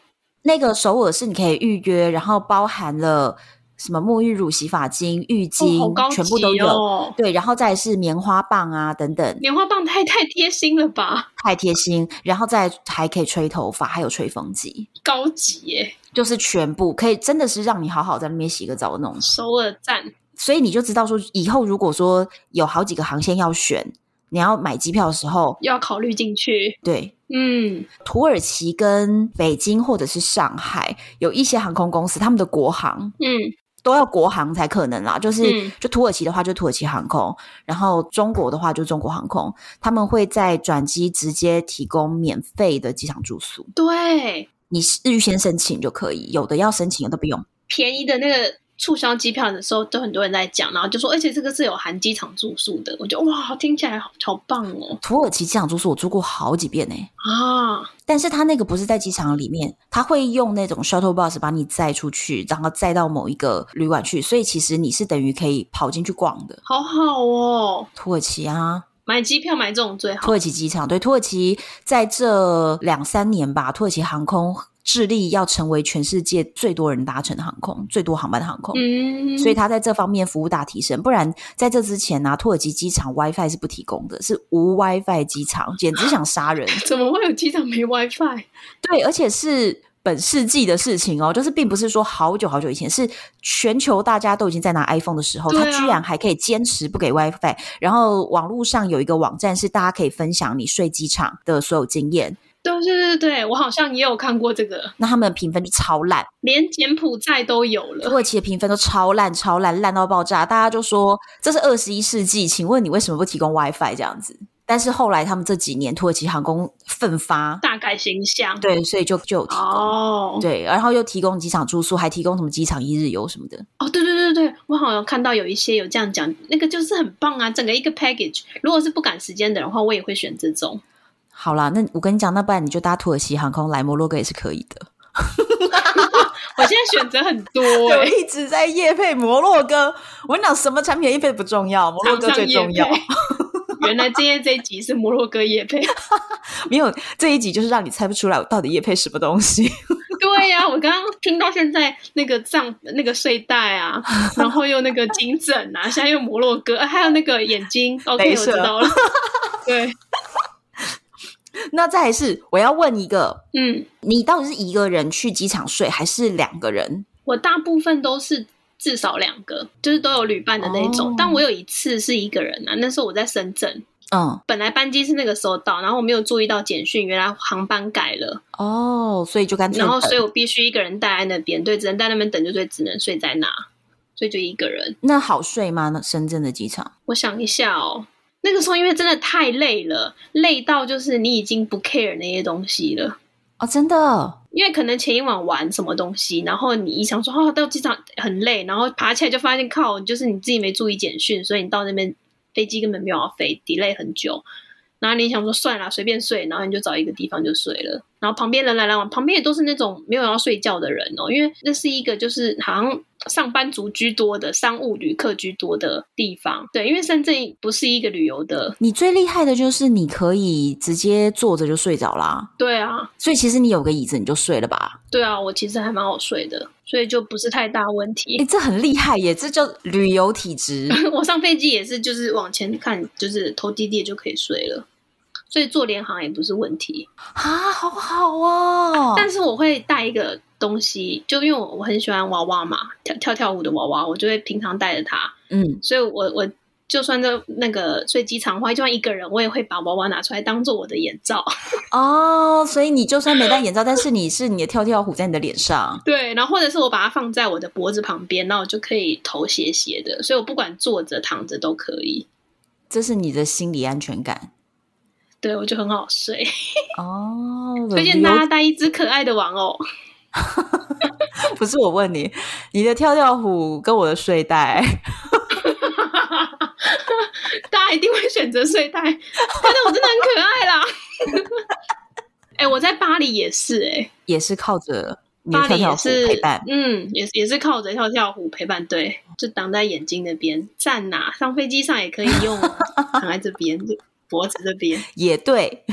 S1: 那个首尔是你可以预约，然后包含了什么沐浴乳、洗发精、浴
S2: 哦，
S1: 巾，
S2: 好高级
S1: 全部都有。
S2: 哦。
S1: 对，然后再来是棉花棒啊等等，
S2: 棉花棒太太贴心了吧，
S1: 太贴心。然后再还可以吹头发，还有吹风机，
S2: 高级欸耶！
S1: 就是全部可以，真的是让你好好在那边洗个澡的那种。
S2: 首尔站，
S1: 所以你就知道说，以后如果说有好几个航线要选，你要买机票的时候，
S2: 要考虑进去。
S1: 对。
S2: 嗯，
S1: 土耳其跟北京或者是上海有一些航空公司，他们的国航
S2: 嗯，
S1: 都要国航才可能啦。就是、
S2: 嗯
S1: 就土耳其的话，就土耳其航空；然后中国的话，就中国航空。他们会在转机直接提供免费的机场住宿，
S2: 对，
S1: 你是预先申请就可以。有的要申请，有的不用。
S2: 便宜的那个促销机票的时候，都很多人在讲，然后就说，而且这个是有含机场住宿的，我觉得哇，听起来好好棒哦
S1: 土耳其机场住宿我住过好几遍呢、
S2: 啊！
S1: 但是他那个不是在机场里面，他会用那种 shuttle bus 把你载出去，然后载到某一个旅馆去，所以其实你是等于可以跑进去逛的。
S2: 好好哦，
S1: 土耳其啊，
S2: 买机票买这种最好
S1: 土。耳其机场，对，土耳其在这两三年吧，土耳其航空致力要成为全世界最多人搭乘的航空，最多航班的航空。
S2: 嗯，
S1: 所以它在这方面服务大提升。不然在这之前呢、土耳其机场 WiFi 是不提供的，是无 WiFi 机场，简直想杀人。
S2: 怎么会有机场没 WiFi？
S1: 对，而且是本世纪的事情哦，就是并不是说好久好久以前，是全球大家都已经在拿 iPhone 的时候，
S2: 对啊
S1: 他居然还可以坚持不给 WiFi。然后网络上有一个网站是大家可以分享你睡机场的所有经验，
S2: 对对对对，我好像也有看过这个，
S1: 那他们的评分就超烂。
S2: 连柬埔寨都有
S1: 土
S2: 了。
S1: 耳其的评分都超烂，超烂，烂到爆炸。大家就说这是二十一世纪，请问你为什么不提供 WiFi 这样子？但是后来他们这几年土耳其航空奋发，
S2: 大概形象。
S1: 对，所以就就有提供，
S2: 哦，
S1: 对，然后又提供机场住宿，还提供什么机场一日游什么的。
S2: 哦，对对对对，我好像看到有一些有这样讲，那个就是很棒啊，整个一个 package。如果是不赶时间的人的话，我也会选这种。
S1: 好啦，那我跟你讲，那不然你就搭土耳其航空来摩洛哥也是可以的。
S2: 我现在选择很
S1: [LAUGHS]
S2: 多、
S1: 我
S2: 欸，
S1: 一直在夜配摩洛哥，我跟你讲，什么产品的业配不重要，摩洛哥
S2: 厂商
S1: 最重要
S2: 业。配原来今天这一集是摩洛哥夜配，
S1: [LAUGHS] 没有这一集就是让你猜不出来我到底夜配什么东西。 [LAUGHS]
S2: 对呀、我刚刚听到现在那个帐、那个睡袋啊，然后又那个颈枕啊，现在又摩洛哥，啊还有那个眼睛。OK，
S1: 镭
S2: 我
S1: 射
S2: 知道了。对，
S1: 那再来是我要问一个，
S2: 嗯，
S1: 你到底是一个人去机场睡，还是两个人？
S2: 我大部分都是至少两个，就是都有旅伴的那种。
S1: 哦
S2: 但我有一次是一个人啊，那时候我在深圳，
S1: 嗯，
S2: 本来班机是那个时候到，然后我没有注意到简讯，原来航班改了，
S1: 哦，所以就干脆
S2: 然后
S1: 等
S2: 所以我必须一个人待在那边，对，只能在那边等，就所以只能睡在那，所以就一个人。
S1: 那好睡吗？那深圳的机场
S2: 我想一下哦，那个时候因为真的太累了，累到就是你已经不 care 那些东西了。
S1: 哦，真的
S2: 因为可能前一晚玩什么东西，然后你一想说哦到机场很累，然后爬起来就发现靠，就是你自己没注意简讯，所以你到那边飞机根本没有要飞，delay 很久。然后你想说算了，随便睡，然后你就找一个地方就睡了。然后旁边人来来往，旁边也都是那种没有要睡觉的人哦，因为那是一个就是好像上班族居多的、商务旅客居多的地方。对，因为深圳不是一个旅游的，
S1: 你最厉害的就是你可以直接坐着就睡着啦，
S2: 对啊，
S1: 所以其实你有个椅子你就睡了吧？
S2: 对啊，我其实还蛮好睡的，所以就不是太大问题。
S1: 诶，这很厉害耶，这叫旅游体质。
S2: [LAUGHS] 我上飞机也是，就是往前看，就是头低低就可以睡了，所以坐联航也不是问题。
S1: [COUGHS] 啊，好好哦。
S2: 但是我会带一个东西，就因为我我很喜欢娃娃嘛，跳跳跳舞的娃娃，我就会平常带着它，
S1: 嗯，
S2: 所以我我就算在那个睡机场的话，就算一个人，我也会把娃娃拿出来当做我的眼罩， [LAUGHS]
S1: 哦，所以你就算没戴眼罩，但是你是你的跳跳虎在你的脸上，
S2: 对，然后或者是我把它放在我的脖子旁边，那我就可以头斜斜的，所以我不管坐着躺着都可以，
S1: 这是你的心理安全感。
S2: 对我就很好睡，
S1: 哦，
S2: 推荐
S1: 旅游
S2: 大家带一只可爱的玩偶。
S1: 不是我问你，你的跳跳虎跟我的睡袋，
S2: 大家一定会选择睡袋，但是我真的很可爱啦。
S1: [LAUGHS]
S2: 哎、我在巴黎也是哎、
S1: [LAUGHS] 也是靠着你的
S2: 巴
S1: 跳
S2: 黎
S1: 跳
S2: 也
S1: 虎
S2: 是
S1: 陪伴。
S2: 嗯，也是也是靠着跳跳虎陪伴，
S1: [LAUGHS]
S2: 对，就挡在眼睛那边，站哪、上飞机上也可以用，躺在这边，就脖子这边，
S1: 也对，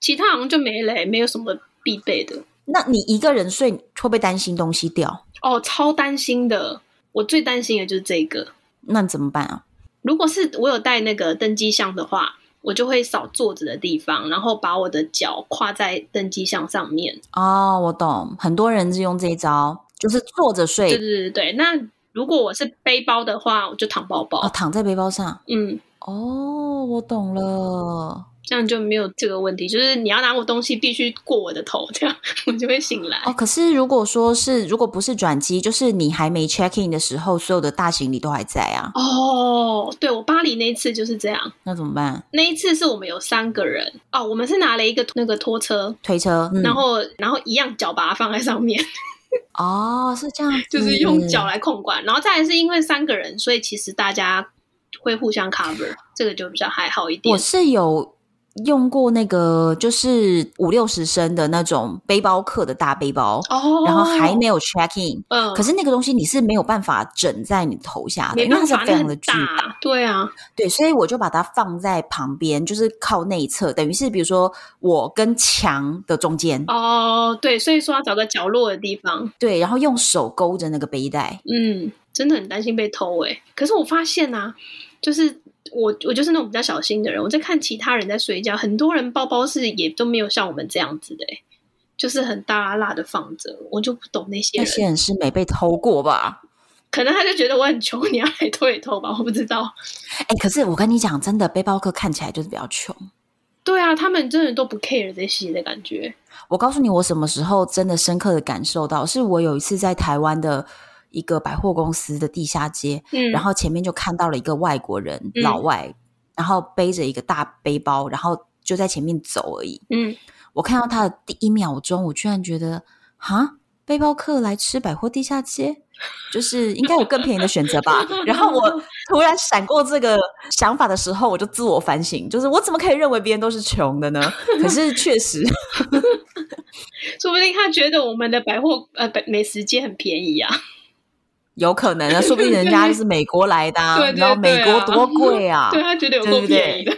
S2: 其他好像就没了、没有什么必备的。
S1: 那你一个人睡会不会担心东西掉？
S2: 哦，超担心的，我最担心的就是这个，
S1: 那你怎么办啊？
S2: 如果是我有带那个登机箱的话，我就会扫坐着的地方，然后把我的脚跨在登机箱上面。
S1: 哦，我懂，很多人是用这一招，就是坐着
S2: 对
S1: 睡，
S2: 对对对。那如果我是背包的话，我就躺包包。
S1: 哦，躺在背包上。
S2: 嗯，
S1: 哦，我懂了。哦
S2: 这样就没有这个问题。就是你要拿我东西，必须过我的头，这样 [LAUGHS] 我就会醒来。
S1: 哦，可是如果说是如果不是转机，就是你还没 check in 的时候，所有的大行李都还在啊，
S2: 哦，对我巴黎那一次就是这样。
S1: 那怎么办？
S2: 那一次是我们有三个人哦，我们是拿了一个那个拖车，
S1: 推车，嗯
S2: 然后然后一样脚把它放在上面。 [LAUGHS]
S1: 哦，是这样子，
S2: 就是用脚来控
S1: 嗯
S2: 管，然后再来是因为三个人，所以其实大家会互相 cover，这个就比较还好一点
S1: 我。是有用过那个就是五六十升的那种背包客的大背包，
S2: 哦，
S1: 然后还没有 check in，
S2: 嗯，
S1: 可
S2: 是
S1: 是那个东西你是没有办法枕在你头下的，
S2: 没
S1: 因为
S2: 办
S1: 它是非
S2: 法，那
S1: 常的
S2: 很
S1: 巨大。
S2: 大，对啊，
S1: 对，所以我就把它放在旁边，就是靠内侧，等于是比如说我跟墙的中间，
S2: 哦，对，所以说要找个角落的地方，
S1: 对，然后用手勾着那个背带。
S2: 嗯，真的很担心被偷哎、可是我发现啊，就是我我就是那种比较小心的人，我在看其他人在睡觉，很多人包包是也都没有像我们这样子的哎、就是很大拉拉的放着，我就不懂那些
S1: 那
S2: 人，
S1: 些人是没被偷过吧？
S2: 可能他就觉得我很穷， [LAUGHS] 你要来偷也偷吧，我不知道。
S1: 哎，可是我跟你讲，真的背包客看起来就是比较穷。
S2: 对啊，他们真的都不 care 这些的感觉，
S1: 我告诉你，我什么时候真的深刻的感受到，是我有一次在台湾的一个百货公司的地下街，
S2: 嗯，
S1: 然后前面就看到了一个外国人，
S2: 嗯
S1: 老外，然后背着一个大背包，然后就在前面走而已。
S2: 嗯，。
S1: 我看到他的第一秒钟，我居然觉得，哈，背包客来吃百货地下街，就是应该有更便宜的选择吧
S2: [LAUGHS]
S1: 然后我突然闪过这个想法的时候，我就自我反省，就是我怎么可以认为别人都是穷的呢？可是确
S2: [LAUGHS]
S1: 实，
S2: 说不定他觉得我们的百货呃百美食街很便宜啊，
S1: 有可能啊，说不定人家就是美国来的、啊，
S2: 对对
S1: 然后美
S2: 对
S1: 国
S2: 啊
S1: 多贵啊
S2: 对。他觉得有
S1: 对
S2: 够
S1: 不对
S2: 便宜的，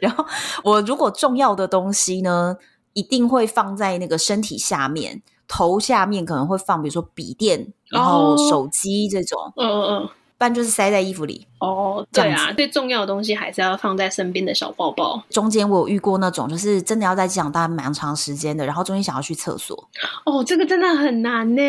S1: 然后我如果重要的东西呢，一定会放在那个身体下面，头下面可能会放，比如说笔电，然后
S2: 哦
S1: 手机这种，
S2: 嗯嗯嗯。
S1: 不然就是塞在衣服里。
S2: 哦，
S1: 这
S2: 对
S1: 样
S2: 啊，最重要的东西还是要放在身边的小包包。
S1: 中间我有遇过那种，就是真的要在机场待蛮长时间的，然后中间想要去厕所，
S2: 哦，这个真的很难呢、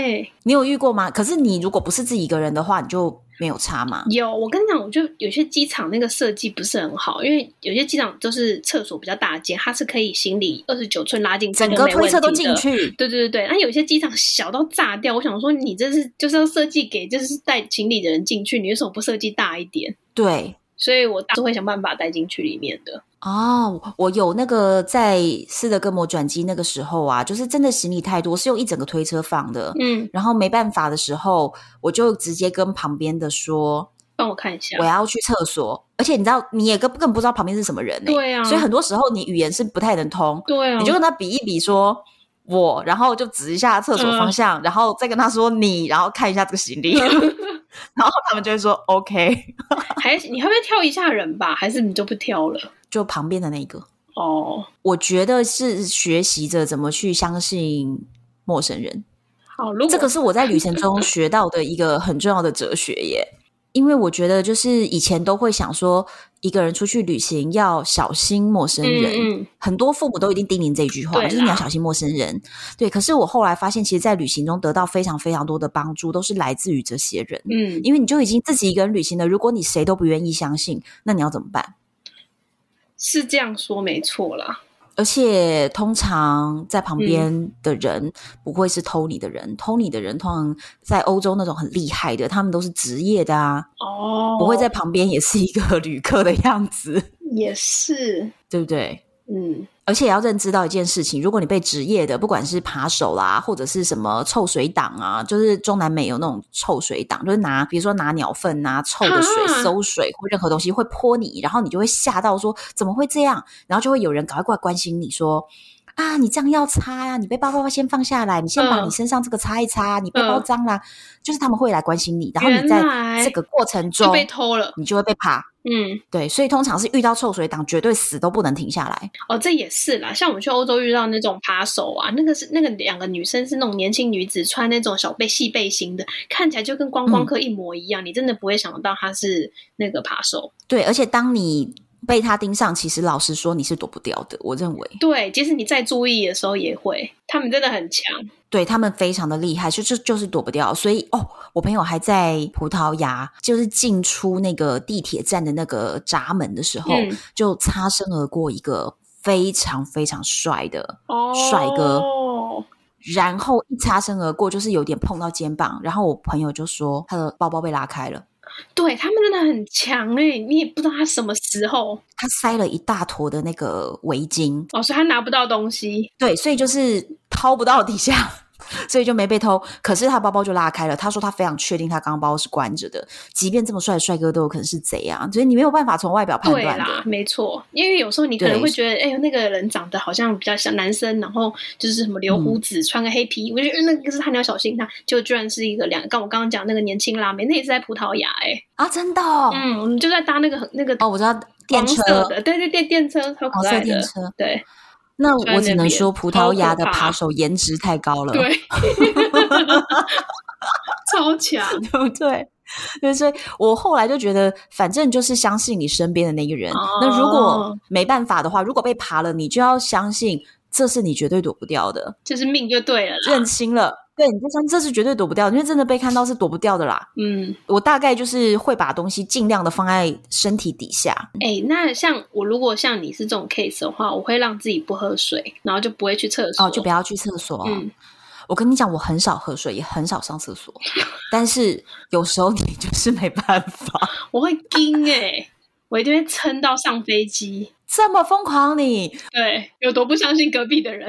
S1: 你有遇过吗？可是你如果不是自己一个人的话，你就没有差嘛。
S2: 有，我跟你讲，我就有些机场那个设计不是很好，因为有些机场就是厕所比较大间，它是可以行李二十九寸拉进去，
S1: 整
S2: 这
S1: 个
S2: 没问
S1: 推车都
S2: 题
S1: 进
S2: 的。
S1: 去，
S2: 对对对对，那有些机场小到炸掉，我想说你这是就是要设计给就是带行李的人进去，你为什么不设计大一点？
S1: 对，
S2: 所以我都会想办法带进去里面的。
S1: 哦，我有那个在斯德哥尔摩转机那个时候啊，就是真的行李太多，是用一整个推车放的。
S2: 嗯，
S1: 然后没办法的时候，我就直接跟旁边的说
S2: 帮我看一下
S1: 我。要去厕所，而且你知道，你也根本不知道旁边是什么人、欸，
S2: 对啊
S1: 所以很多时候你语言是不太能通，
S2: 对啊，
S1: 你就跟他比一比说。我，然后就指一下厕所
S2: 嗯
S1: 方向，然后再跟他说你，然后看一下这个行李，
S2: [LAUGHS]
S1: 然后他们就会说 OK，
S2: 还你还会挑一下人吧？还是你就不挑了？
S1: 就旁边的那个。
S2: 哦，
S1: 我觉得是学习着怎么去相信陌生人，
S2: 好，如果
S1: 这个是我在旅程中学到的一个很重要的哲学耶。因为我觉得，就是以前都会想说，一个人出去旅行要小心陌生人。
S2: 嗯嗯，
S1: 很多父母都一定叮咛这一句话，
S2: 对啊啦
S1: 就是你要小心陌生人。对，可是我后来发现，其实，在旅行中得到非常非常多的帮助，都是来自于这些人。
S2: 嗯，
S1: 因为你就已经自己一个人旅行了，如果你谁都不愿意相信，那你要怎么办？
S2: 是这样说没错啦。
S1: 而且通常在旁
S2: 嗯
S1: 边的人不会是偷你的人，偷你的人通常在欧洲那种很厉害的，他们都是职业的啊，
S2: 哦，
S1: 不会在旁边也是一个旅客的样子，
S2: 也是，
S1: 对不对？
S2: 嗯，
S1: 而且也要认知到一件事情，如果你被职业的，不管是扒手啦，或者是什么臭水党啊，就是中南美有那种臭水党，就是拿比如说拿鸟粪啊、臭的水、
S2: 啊
S1: 馊水或任何东西会泼你，然后你就会吓到说怎么会这样，然后就会有人赶快过来关心你说。啊，你这样要擦呀、你背包包包先放下来，你先把
S2: 嗯
S1: 你身上这个擦一擦，你背包
S2: 嗯
S1: 脏啦、就是他们会来关心你，然后你
S2: 原来
S1: 在这个过程
S2: 就
S1: 中，
S2: 被偷了。
S1: 你就会被爬。
S2: 嗯，
S1: 对，所以通常是遇到臭水党，绝对死都不能停下来。
S2: 哦，这也是啦。像我们去欧洲遇到那种扒手啊，那个是那个两个女生是那种年轻女子，穿那种小背细背心的，看起来就跟观
S1: 嗯
S2: 光客一模一样，你真的不会想到她是那个扒手。
S1: 对，而且当你被他盯上，其实老实说你是躲不掉的。我认为，
S2: 对，即使你再注意的时候也会，他们真的很强。
S1: 对他们非常的厉害，就就就是躲不掉。所以哦，我朋友还在葡萄牙，就是进出那个地铁站的那个闸门的时候，
S2: 嗯
S1: 就擦身而过一个非常非常帅的。
S2: 哦，
S1: 帅哥然后一擦身而过，就是有点碰到肩膀，然后我朋友就说他的包包被拉开了，
S2: 对他们真的很强哎、你也不知道他什么时候
S1: 他塞了一大坨的那个围巾，
S2: 哦，所以他拿不到东西。
S1: 对，所以就是掏不到底下，所以就没被偷。可是他包包就拉开了，他说他非常确定他刚刚包包是关着的，即便这么帅的帅哥都有可能是贼啊，所以你没有办法从外表判
S2: 对
S1: 断
S2: 啦
S1: 的，。
S2: 没错，因为有时候你可能
S1: 对
S2: 会觉得，哎呦，那个人长得好像比较像男生，然后就是什么留
S1: 嗯
S2: 胡子、穿个黑皮衣，我觉得嗯那个是他，你要小心他，就居然是一个两，刚我刚刚讲那个年轻辣妹，那也是在葡萄牙、哎、
S1: 啊，真的哦，
S2: 嗯，我们就在搭那个很那个
S1: 哦我知道电
S2: 黄
S1: 车，
S2: 色的，对对对，电车超
S1: 黄
S2: 可
S1: 色
S2: 爱的
S1: 电，车。
S2: 对
S1: 那
S2: 在
S1: 我只
S2: 那
S1: 能
S2: 边
S1: 说，葡萄牙的
S2: 好可怕
S1: 扒手颜值太高了。
S2: 对，
S1: 嗯
S2: [LAUGHS] 超强，
S1: 对不对？ [LAUGHS] 对，所以我后来就觉得，反正就是相信你身边的那个人。那如果
S2: 哦
S1: 没办法的话，如果被爬了，你就要相信这是你绝对躲不掉的，
S2: 就是命就对了啦，
S1: 认清了。对，你就相信这是绝对躲不掉的，因为真的被看到是躲不掉的啦。
S2: 嗯。
S1: 我大概就是会把东西尽量的放在身体底下。
S2: 哎、那像我如果像你是这种 case 的话，我会让自己不喝水，然后就不会去厕所。
S1: 哦，就不要去厕所。
S2: 嗯，
S1: 我跟你讲，我很少喝水，也很少上厕所，但是有时候你就是没办法。 [LAUGHS]
S2: 我会惊哎、我一定会撑到上飞机。
S1: 这么疯狂你， [LAUGHS]
S2: 对，有多不相信隔壁的人？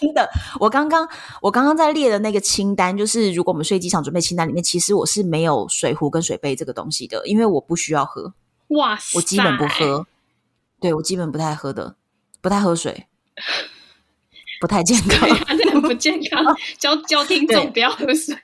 S1: 真的，我刚刚我刚刚在列的那个清单，就是如果我们睡机场准备清单里面，其实我是没有水壶跟水杯这个东西的，因为我不需要喝，
S2: 哇塞！
S1: 我基本不。喝，对我基本不太喝的，不太喝 [LAUGHS] 水，不太健康
S2: 对。啊，真的不健
S1: [LAUGHS]
S2: 康。教教听
S1: 对
S2: 众不要喝水。
S1: [LAUGHS]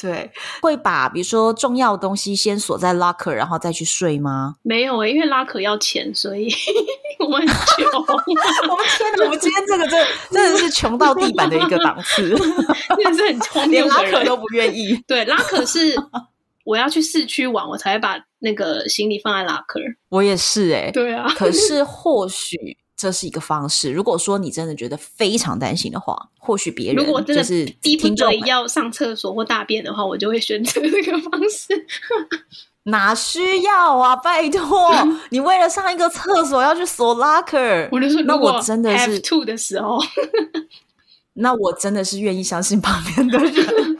S1: 对， [LAUGHS] 会把比如说重要的东西先锁在 locker，然后再去睡吗？
S2: 没有哎、因为拉可要钱，所以 [LAUGHS] 我们很穷，
S1: 我们天哪，我们今天这个真的真的是穷到地板的一个档 [LAUGHS] 次，
S2: 真的是很荒
S1: 连
S2: 谬的
S1: locker
S2: 人。
S1: 都不愿意。
S2: 对，拉可是我要去市区玩，我才会把那个行李放在拉可。
S1: [LAUGHS] 我也是哎、
S2: 对啊，
S1: 可是或许这是一个方式。如果说你真的觉得非常担心的话，或许别人
S2: 如果真的
S1: 就是
S2: 逼不
S1: 听众
S2: 得已
S1: 们
S2: 要上厕所或大便的话，我就会选择这个方式。
S1: 哪需要
S2: [LAUGHS]
S1: 啊？拜托，你为了上一个厕所要去锁 locker，
S2: 我就说，
S1: 那
S2: 如果
S1: 我真的是
S2: have to 的时候，
S1: 那我真的是愿意相信旁边的
S2: [LAUGHS]
S1: 人。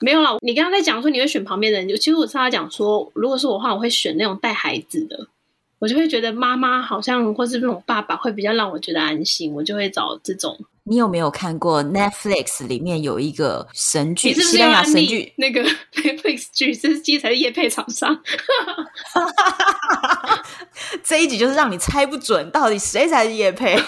S2: 没有啦。你刚刚在讲说你会选旁边的人，其实我是要讲说，如果是我的话，我会选那种带孩子的。我就会觉得妈妈好像，或是那种爸爸会比较让我觉得安心，我就会找这种。
S1: 你有没有看过 Netflix 里面有一个神
S2: 你
S1: 剧，
S2: 是不
S1: 西
S2: 是
S1: 班
S2: 要
S1: 牙
S2: 安
S1: 神
S2: 利
S1: 剧？
S2: 那个 [LAUGHS] Netflix 剧？这是机才是夜配厂
S1: [LAUGHS]
S2: 商，
S1: 这一集就是让你猜不准到底谁才是叶
S2: [LAUGHS]
S1: 佩。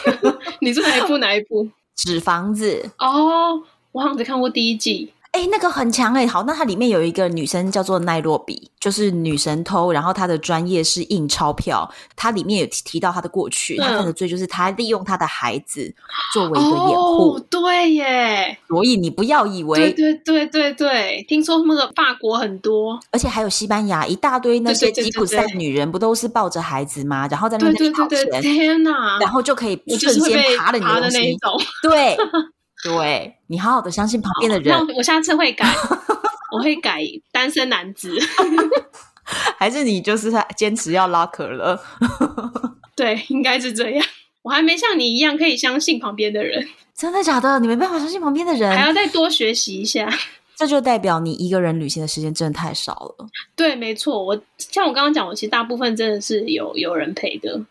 S2: 你说哪一部？哪一部？
S1: 纸房子，
S2: 哦，我好像只看过第一季。
S1: 哎，那个很强哎、好，那它里面有一个女生叫做奈洛比，就是女神偷，然后她的专业是印钞票。它里面有提提到她的过去，
S2: 嗯
S1: 她犯的罪就是她利用她的孩子作为一个掩护，
S2: 哦，对耶，
S1: 所以你不要以为，
S2: 对对对对对，听说那个法国很多，
S1: 而且还有西班牙一大堆那些
S2: 对对对对
S1: 吉普赛女人，不都是抱着孩子吗？然后在那
S2: 对
S1: 边
S2: 对
S1: 讨
S2: 对对，
S1: 钱，
S2: 天哪！
S1: 然后就可以
S2: 我就
S1: 瞬
S2: 是会
S1: 间
S2: 被
S1: 爬了你
S2: 爬
S1: 东
S2: 的那一
S1: 西，
S2: 种。
S1: 对 [LAUGHS] 对，你好好的相信旁边的人
S2: 那，我我下次会改， [LAUGHS] 我会改单身男子。 [LAUGHS]
S1: 还是你就是坚持要拉可了。
S2: 对，应该是这样。我还没像你一样可以相信旁边的人，
S1: 真的假的？你没办法相信旁边的人，
S2: 还要再多学习一下。 [LAUGHS]
S1: 这就代表你一个人旅行的时间真的太少了。
S2: 对，没错，我像我刚刚讲，我其实大部分真的是有有人陪的。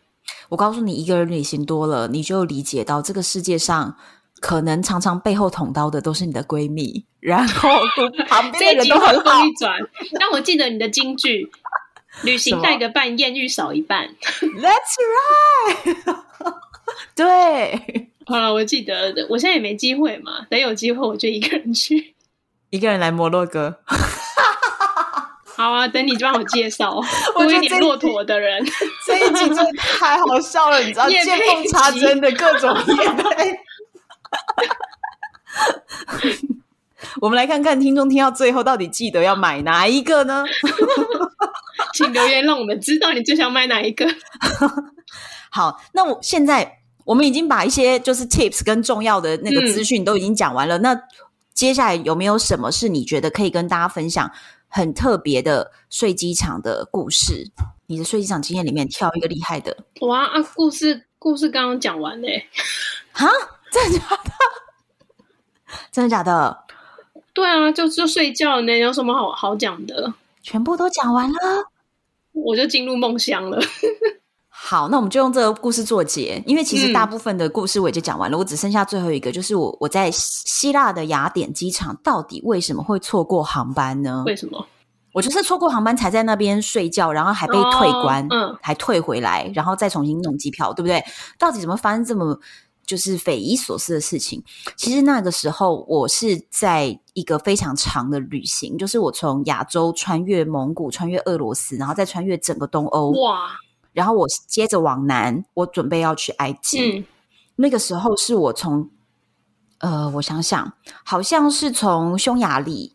S1: 我告诉你，一个人旅行多了，你就理解到这个世界上可能常常背后捅刀的都是你的闺蜜，然后 [LAUGHS] 旁
S2: 这
S1: 边的
S2: 一
S1: 人
S2: 集
S1: 都很
S2: 很
S1: 好
S2: 风。一转， [LAUGHS] 但我记得你的
S1: [LAUGHS]
S2: 金句：旅
S1: 什
S2: 行
S1: 么
S2: 带个伴，艳遇少一半。
S1: That's right 。 [LAUGHS] 对，
S2: 好了，我记得，我现在也没机会嘛，等有机会我就一个人去。
S1: 一个人来摩洛哥，[LAUGHS]
S2: 好啊，等你就帮我介绍
S1: 我
S2: 多
S1: 觉得
S2: 一
S1: 这
S2: 点
S1: 一
S2: 骆驼的
S1: [LAUGHS]
S2: 人。
S1: [LAUGHS] 这一集真的太好笑了，你知道，
S2: 业配
S1: 见缝插针的各种夜配。 [LAUGHS] 我们来看看听众听到最后到底记得要买哪一个呢？
S2: 请留言让我们知道你最想买哪一个。
S1: 好，那我现在我们已经把一些就是 tips 跟重要的那个资讯都已经讲完了，那接下来有没有什么是你觉得可以跟大家分享很特别的睡机场的故事？你的睡机场经验里面挑一个厉害的
S2: 哇啊，故事故事刚刚讲完欸嘞、
S1: 哈，真的假的？真的假的？
S2: 对啊，就就睡觉呢，有什么好好讲的？
S1: 全部都讲完了。
S2: 我就进入梦乡了。
S1: 好，那我们就用这个故事做结，因为其实大部分的故事我已经讲完了，我只剩下最后一个，就是我我在希腊的雅典机场到底为什么会错过航班呢？
S2: 为什么？
S1: 我就是错过航班才在那边睡觉，然后还被退关，
S2: 哦嗯
S1: 还退回来，然后再重新弄机票，对不对？到底怎么发生这么就是匪夷所思的事情？其实那个时候我是在一个非常长的旅行，就是我从亚洲穿越蒙古，穿越俄罗斯，然后再穿越整个东欧，
S2: 哇，
S1: 然后我接着往南，我准备要去埃及。
S2: 嗯
S1: 那个时候是我从，呃，我想想，好像是从匈牙利，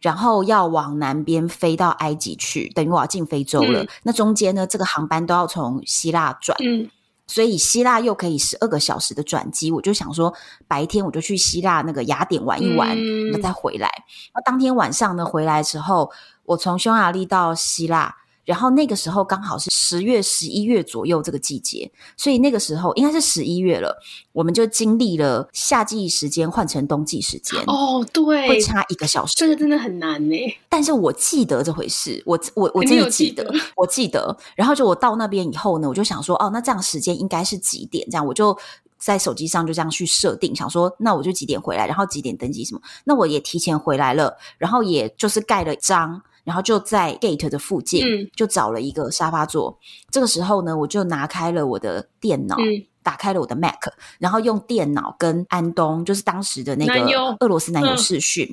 S1: 然后要往南边飞到埃及去，等于我要进非洲了。
S2: 嗯
S1: 那中间呢，这个航班都要从希腊转，
S2: 嗯
S1: 所以希腊又可以十二个小时的转机。我就想说，白天我就去希腊那个雅典玩一玩，
S2: 嗯
S1: 那再回来。那当天晚上呢，回来之后，我从匈牙利到希腊，然后那个时候刚好是十月、十一月左右这个季节，所以那个时候应该是十一月了，我们就经历了夏季时间换成冬季时间，
S2: 哦，
S1: 会
S2: 对，
S1: 差一个小时。
S2: 这个真的很难欸呢、
S1: 但是我记得这回事，我我我真
S2: 你
S1: 的
S2: 有
S1: 记
S2: 记
S1: 得，
S2: 得
S1: 我记得。然后就我到那边以后呢，我就想说，哦，那这样时间应该是几点？这样我就在手机上就这样去设定，想说，那我就几点回来，然后几点登机什么？那我也提前回来了，然后也就是盖了章，然后就在 gate 的附近、
S2: 嗯
S1: 就找了一个沙发坐。这个时候呢，我就拿开了我的电脑。
S2: 嗯
S1: 打开了我的 Mac，然后用电脑跟安东，就是当时的那
S2: 男
S1: 个
S2: 友
S1: 俄罗斯男友
S2: 嗯
S1: 视讯。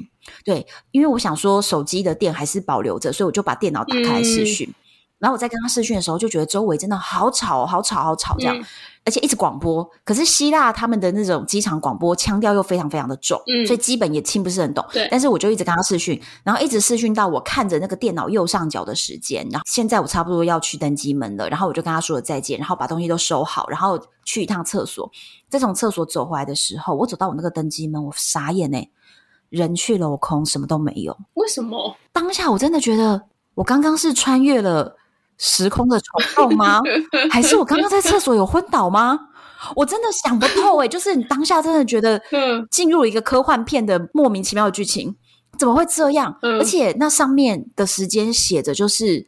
S1: 对，因为我想说手机的电还是保留着，所以我就把电脑打开来视
S2: 嗯
S1: 讯。然后我在跟他视讯的时候，就觉得周围真的好吵哦，好吵，好吵这样，
S2: 嗯
S1: 而且一直广播。可是希腊他们的那种机场广播腔调又非常非常的重，
S2: 嗯
S1: 所以基本也听不是很懂。
S2: 对
S1: 但是我就一直跟他视讯，然后一直视讯到我看着那个电脑右上角的时间，然后现在我差不多要去登机门了，然后我就跟他说了再见，然后把东西都收好，然后去一趟厕所。再从厕所走回来的时候，我走到我那个登机门，我傻眼哎、人去楼空，什么都没有。
S2: 为什么？
S1: 当下我真的觉得，我刚刚是穿越了时空的虫洞
S2: [LAUGHS]
S1: 吗？还是我刚刚在厕所有昏倒吗？我真的想不透哎、就是你当下真的觉
S2: [LAUGHS]
S1: 得
S2: 嗯
S1: 进入了一个科幻片的莫名其妙的剧情，怎么会这样？
S2: 嗯
S1: 而且那上面的时间写着就是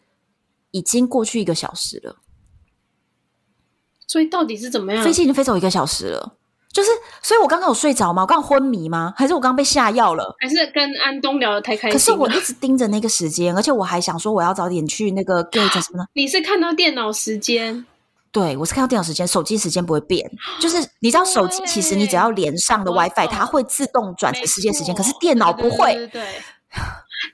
S1: 已经过去一个小时了。
S2: 所以到底是怎么样？
S1: 飞机已经飞走一个小时了，就是，所以我刚刚有睡着吗？我刚刚昏迷吗？还是我刚刚被下药了？
S2: 还是跟安东聊得太开心了？
S1: 可
S2: 啊
S1: 是我一直盯着那个时间，而且我还想说我要早点去那
S2: [LAUGHS]
S1: 个 gate 什么的。
S2: 你是看到电脑时间，
S1: 对，我是看到电脑时间，手机时间不会变。就是
S2: 哦
S1: 你知道，手机其实你只要连上了
S2: 我懂
S1: WiFi，它会自动转成世啊界时间，
S2: 没
S1: 可
S2: 错
S1: 是电脑不
S2: 对
S1: 会。
S2: 对对对对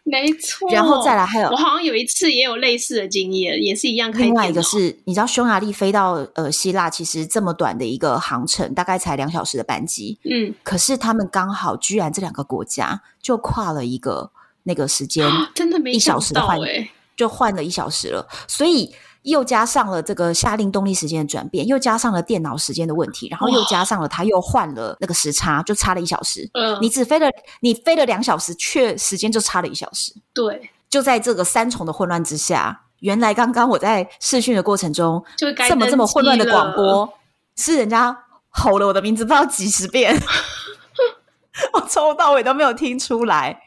S2: 没错。
S1: 然后再来还有
S2: 我好像有一次也有类似的经验，也是一样开
S1: 另外一
S2: 电脑
S1: 个是，你知道匈牙利飞到呃希腊，其实这么短的一个航程，大概才两小时的班机，
S2: 嗯，
S1: 可是他们刚好居然这两个国家就跨了一个那个时间，
S2: 啊真的没
S1: 一
S2: 想
S1: 小时的
S2: 到
S1: 换
S2: 哎、
S1: 就换了一小时了，所以又加上了这个夏令动力时间的转变，又加上了电脑时间的问题，然后又
S2: 哇
S1: 加上了它又换了那个时差，就差了一小时。
S2: 嗯，
S1: 你只飞了你飞了两小时，却时间就差了一小时。
S2: 对，
S1: 就在这个三重的混乱之下，原来刚刚我在试训的过程中，
S2: 就该
S1: 这么
S2: 登
S1: 这么混乱的
S2: 机
S1: 广
S2: 了
S1: 播，是人家吼了我的名字不知道几十遍， [LAUGHS] 我从头到尾都没有听出来。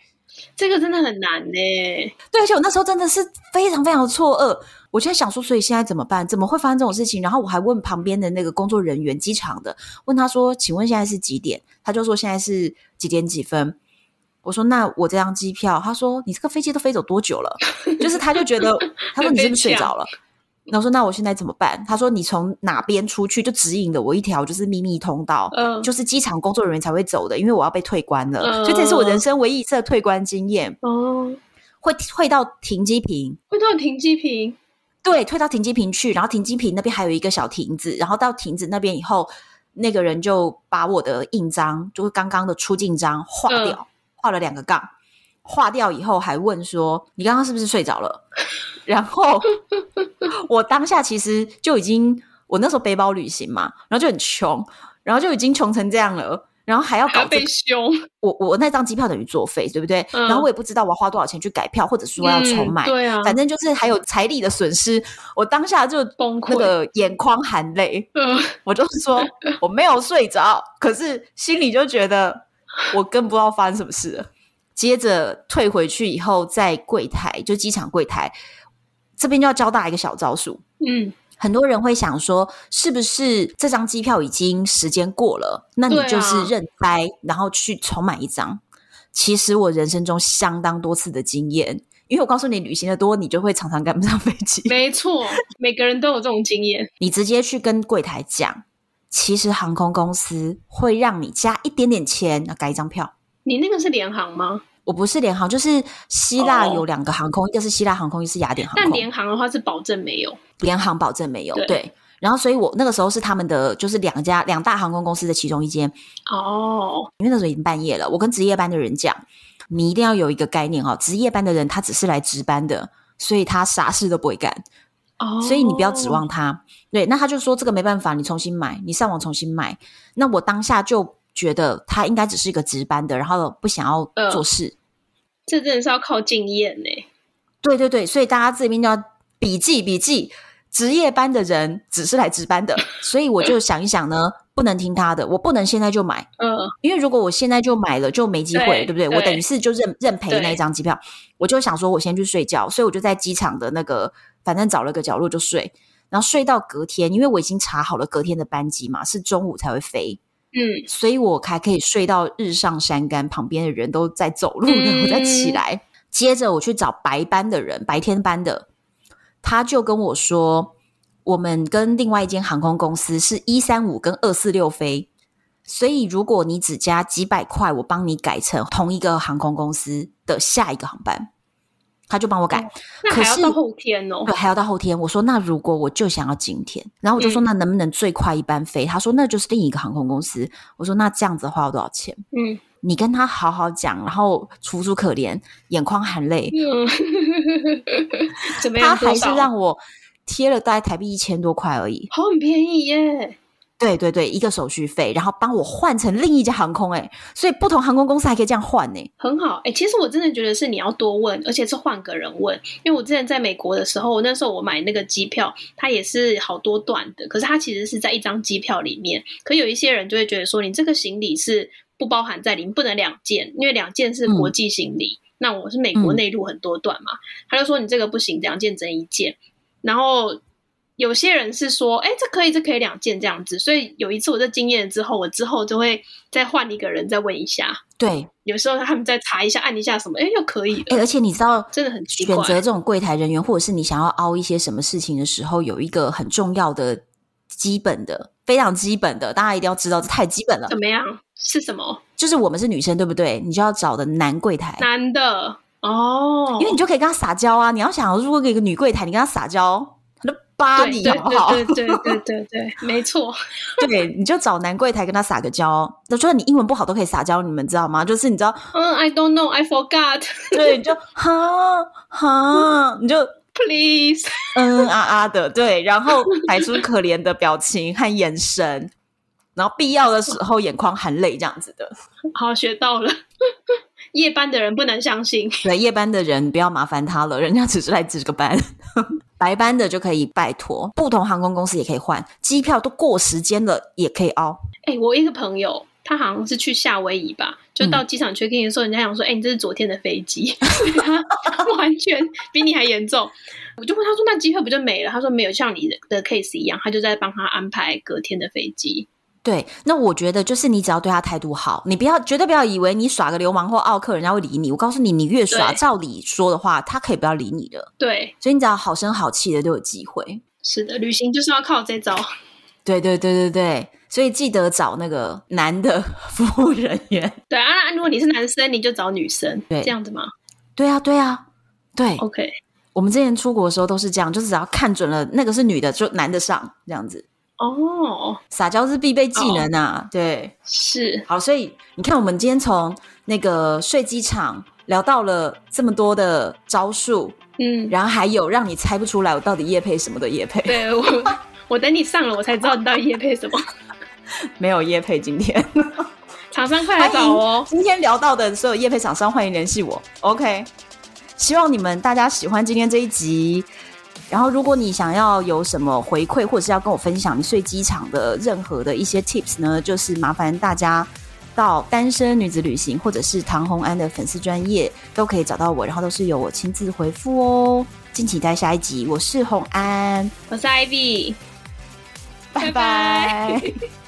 S2: 这个真的很难欸呢、
S1: 对，而且我那时候真的是非常非常的错愕，我就在想说，所以现在怎么办？怎么会发生这种事情？然后我还问旁边的那个工作人员，机场的，问他说：“请问现在是几点？”他就说：“现在是几点几分。”我说：“那我这张机票？”他说：“你这个飞机都飞走多久了？”就是他就觉得，他说：“你是不是睡着了？”然后我说：“那我现在怎么办？”他说：“你从哪边出去？”就指引了我一条就是秘密通道。
S2: 嗯，
S1: 就是机场工作人员才会走的，因为我要被退关了，
S2: 嗯
S1: 所以这是我人生唯一一次的退关经验。
S2: 哦，
S1: 会会到停机坪，
S2: 会到停机坪，
S1: 对，退到停机坪去，然后停机坪那边还有一个小亭子，然后到亭子那边以后，那个人就把我的印章，就是刚刚的出境章划掉，
S2: 嗯
S1: 画了两个杠，划掉以后还问说：“你刚刚是不是睡着了？” [LAUGHS] 然
S2: [LAUGHS]
S1: 后我当下其实就已经，我那时候背包旅行嘛，然后就很穷，然后就已经穷成这样了，然后还要
S2: 还
S1: 搞
S2: 要
S1: 这
S2: 被
S1: 个
S2: 凶，
S1: 我我那张机票等于作废，对不对？
S2: 嗯
S1: 然后我也不知道我要花多少钱去改票，或者说要重买，
S2: 嗯、对啊，
S1: 反正就是还有财力的损失，我当下就
S2: 崩溃
S1: 那个眼眶含泪，
S2: 嗯，
S1: 我就
S2: [LAUGHS]
S1: 说我没有睡着，可是心里就觉得我更不知道发生什么事了。接着退回去以后，在柜台就机场柜台这边就要教大家一个小招数，
S2: 嗯，
S1: 很多人会想说，是不是这张机票已经时间过了？那你
S2: 对啊
S1: 就是认栽，然后去重买一张。其实我人生中相当多次的经验，因为我告诉你，旅行的多，你就会常常赶不上飞机。
S2: 没错，每个人都有这种经验。
S1: 你直接去跟柜台讲，其实航空公司会让你加一点点钱，那改一张票。
S2: 你那个是联航吗？
S1: 我不是联航，就是希腊
S2: 哦
S1: 有两个航空，一个是希腊航空，一个是雅典航
S2: 但
S1: 空。
S2: 联航的话是保证没有。
S1: 联航保证没有
S2: 对
S1: 对。然后，所以我那个时候是他们的，就是两家两大航空公司的其中一间，
S2: 哦，
S1: 因为那时候已经半夜了，我跟值夜班的人讲，你一定要有一个概念哦，值夜班的人他只是来值班的，所以他啥事都不会干，
S2: 哦，
S1: 所以你不要指望他。对，那他就说这个没办法，你重新买，你上网重新买。那我当下就觉得他应该只是一个值班的，然后不想要
S2: 嗯
S1: 做事。
S2: 这真的是要靠经验欸呢、
S1: 对对对，所以大家这边要笔记笔记，值夜班的人只是来值班的，所以我就想一想呢，不能听他的，我不能现在就买。
S2: 嗯、
S1: 因为如果我现在就买了，就没机会，
S2: 对
S1: 对不对？
S2: 对
S1: 我等于是就认认赔
S2: 对
S1: 那一张机票，我就想说我先去睡觉，所以我就在机场的那个，反正找了个角落就睡，然后睡到隔天，因为我已经查好了隔天的班机嘛，是中午才会飞，
S2: 嗯，
S1: 所以我还可以睡到日上山岗，旁边的人都在走路呢，
S2: 嗯
S1: 我再起来。接着我去找白班的人，白天班的，他就跟我说，我们跟另外一间航空公司是一三五跟二四六飞，所以如果你只加几百块，我帮你改成同一个航空公司的下一个航班，他就帮我改。
S2: 那
S1: 可
S2: 还要
S1: 是
S2: 到后天哦。
S1: 对，还要到后天。我说那如果我就想要今天，然后我就说
S2: 嗯
S1: 那能不能最快一班飞？他说那就是另一个航空公司。我说那这样子的话要多少钱？
S2: 嗯
S1: 你跟他好好讲，然后楚楚可怜，眼眶含泪，
S2: 嗯， [LAUGHS] 怎么
S1: 他
S2: 样？
S1: 还
S2: 多
S1: 是
S2: 少？
S1: 让我贴了大概台币一千多块而已。
S2: 好，很便宜耶。
S1: 对对对，一个手续费，然后帮我换成另一家航空、欸，所以不同航空公司还可以这样换呢、
S2: 很好，哎、其实我真的觉得是你要多问，而且是换个人问。因为我之前在美国的时候，我那时候我买那个机票，它也是好多段的，可是它其实是在一张机票里面。可有一些人就会觉得说，你这个行李是不包含在里面，不能两件，因为两件是国际行李。那我是美国内陆很多段嘛，他就说你这个不行，两件整一件。然后有些人是说，哎，这可以，这可以两件这样子。所以有一次我这经验之后，我之后就会再换一个人再问一下。
S1: 对，
S2: 有时候他们再查一下，按一下什么，哎，又可以
S1: 哎、
S2: 了，
S1: 而且你知道
S2: 真的很奇怪
S1: 选。择这种柜台人员，或者是你想要凹一些什么事情的时候，有一个很重要的、基本的、非常基本的，大家一定要知道，这太基本了
S2: 怎。么样？是什么？
S1: 就是我们是女生，对不对？你就要找的男柜台，
S2: 男的哦，
S1: 因为你就可以跟他撒娇啊。你要想，如果给一个女柜台，你跟他撒娇，他就扒
S2: 对
S1: 你，好不好？
S2: 对对对对对对，对没错，
S1: [LAUGHS] 对，你就找男柜台跟他撒个娇。就算你英文不好，都可以撒娇，你们知道吗？就是你知道，
S2: 嗯，I don't know, I forgot,
S1: 对，你
S2: [LAUGHS]
S1: 就哈哈，你就
S2: please。
S1: 嗯啊啊的，对，然后摆出可怜的表情和眼神，然后必要的时候眼眶含泪这样子的。
S2: 好，学到了。夜班的人不能相信，
S1: 对，夜班的人不要麻烦他了，人家只是来值个班。 [LAUGHS] 白班的就可以拜托，不同航空公司也可以换，机票都过时间了也可以凹。
S2: 哎，我一个朋友，他好像是去夏威夷吧，就
S1: 嗯
S2: 到机场 check in 的时候，人家想说，哎，你这是昨天的飞机， [LAUGHS]
S1: [LAUGHS]
S2: 他完全比你还严重。我就问他说，那机票不就没了？他说没有，像你的的 case 一样，他就在帮他安排隔天的飞机。
S1: 对，那我觉得就是你只要对他态度好，你不要绝对不要以为你耍个流氓或傲客，人家会理你。我告诉你，你越耍，
S2: 对
S1: 照理说的话，他可以不要理你的。
S2: 对，
S1: 所以你只要好声好气的都有机会。
S2: 是的，旅行就是要靠这招。
S1: 对对对对对，所以记得找那个男的 [LAUGHS] 服务人员。
S2: 对啊，如果你是男生，你就找女生，
S1: 对
S2: 这样子吗
S1: 对啊，对啊，对。
S2: ？OK，
S1: 我们之前出国的时候都是这样，就是只要看准了那个是女的，就男的上这样子。
S2: 哦，
S1: 撒娇是必备技能啊，对。
S2: 是
S1: 好，所以你看，我们今天从那个睡机场聊到了这么多的招数， [LAUGHS]
S2: 嗯，
S1: 然后还有让你猜不出来我到底夜配什么的夜配， [LAUGHS]
S2: 对我我等你上了，我才知道你到底夜配什么。
S1: 没有夜配今天。
S2: 厂商快来找哦，
S1: 今天聊到的所有业配厂商，欢迎联系我。OK，希望你们大家喜欢今天这一集。然后，如果你想要有什么回馈，或者是要跟我分享你睡机场的任何的一些 tips 呢，就是麻烦大家到单身女子旅行或者是唐红安的粉丝专业都可以找到我，然后都是由我亲自回复哦。敬请期待下一集，我是红安，
S2: 我是 Ivy，
S1: 拜拜。
S2: 拜拜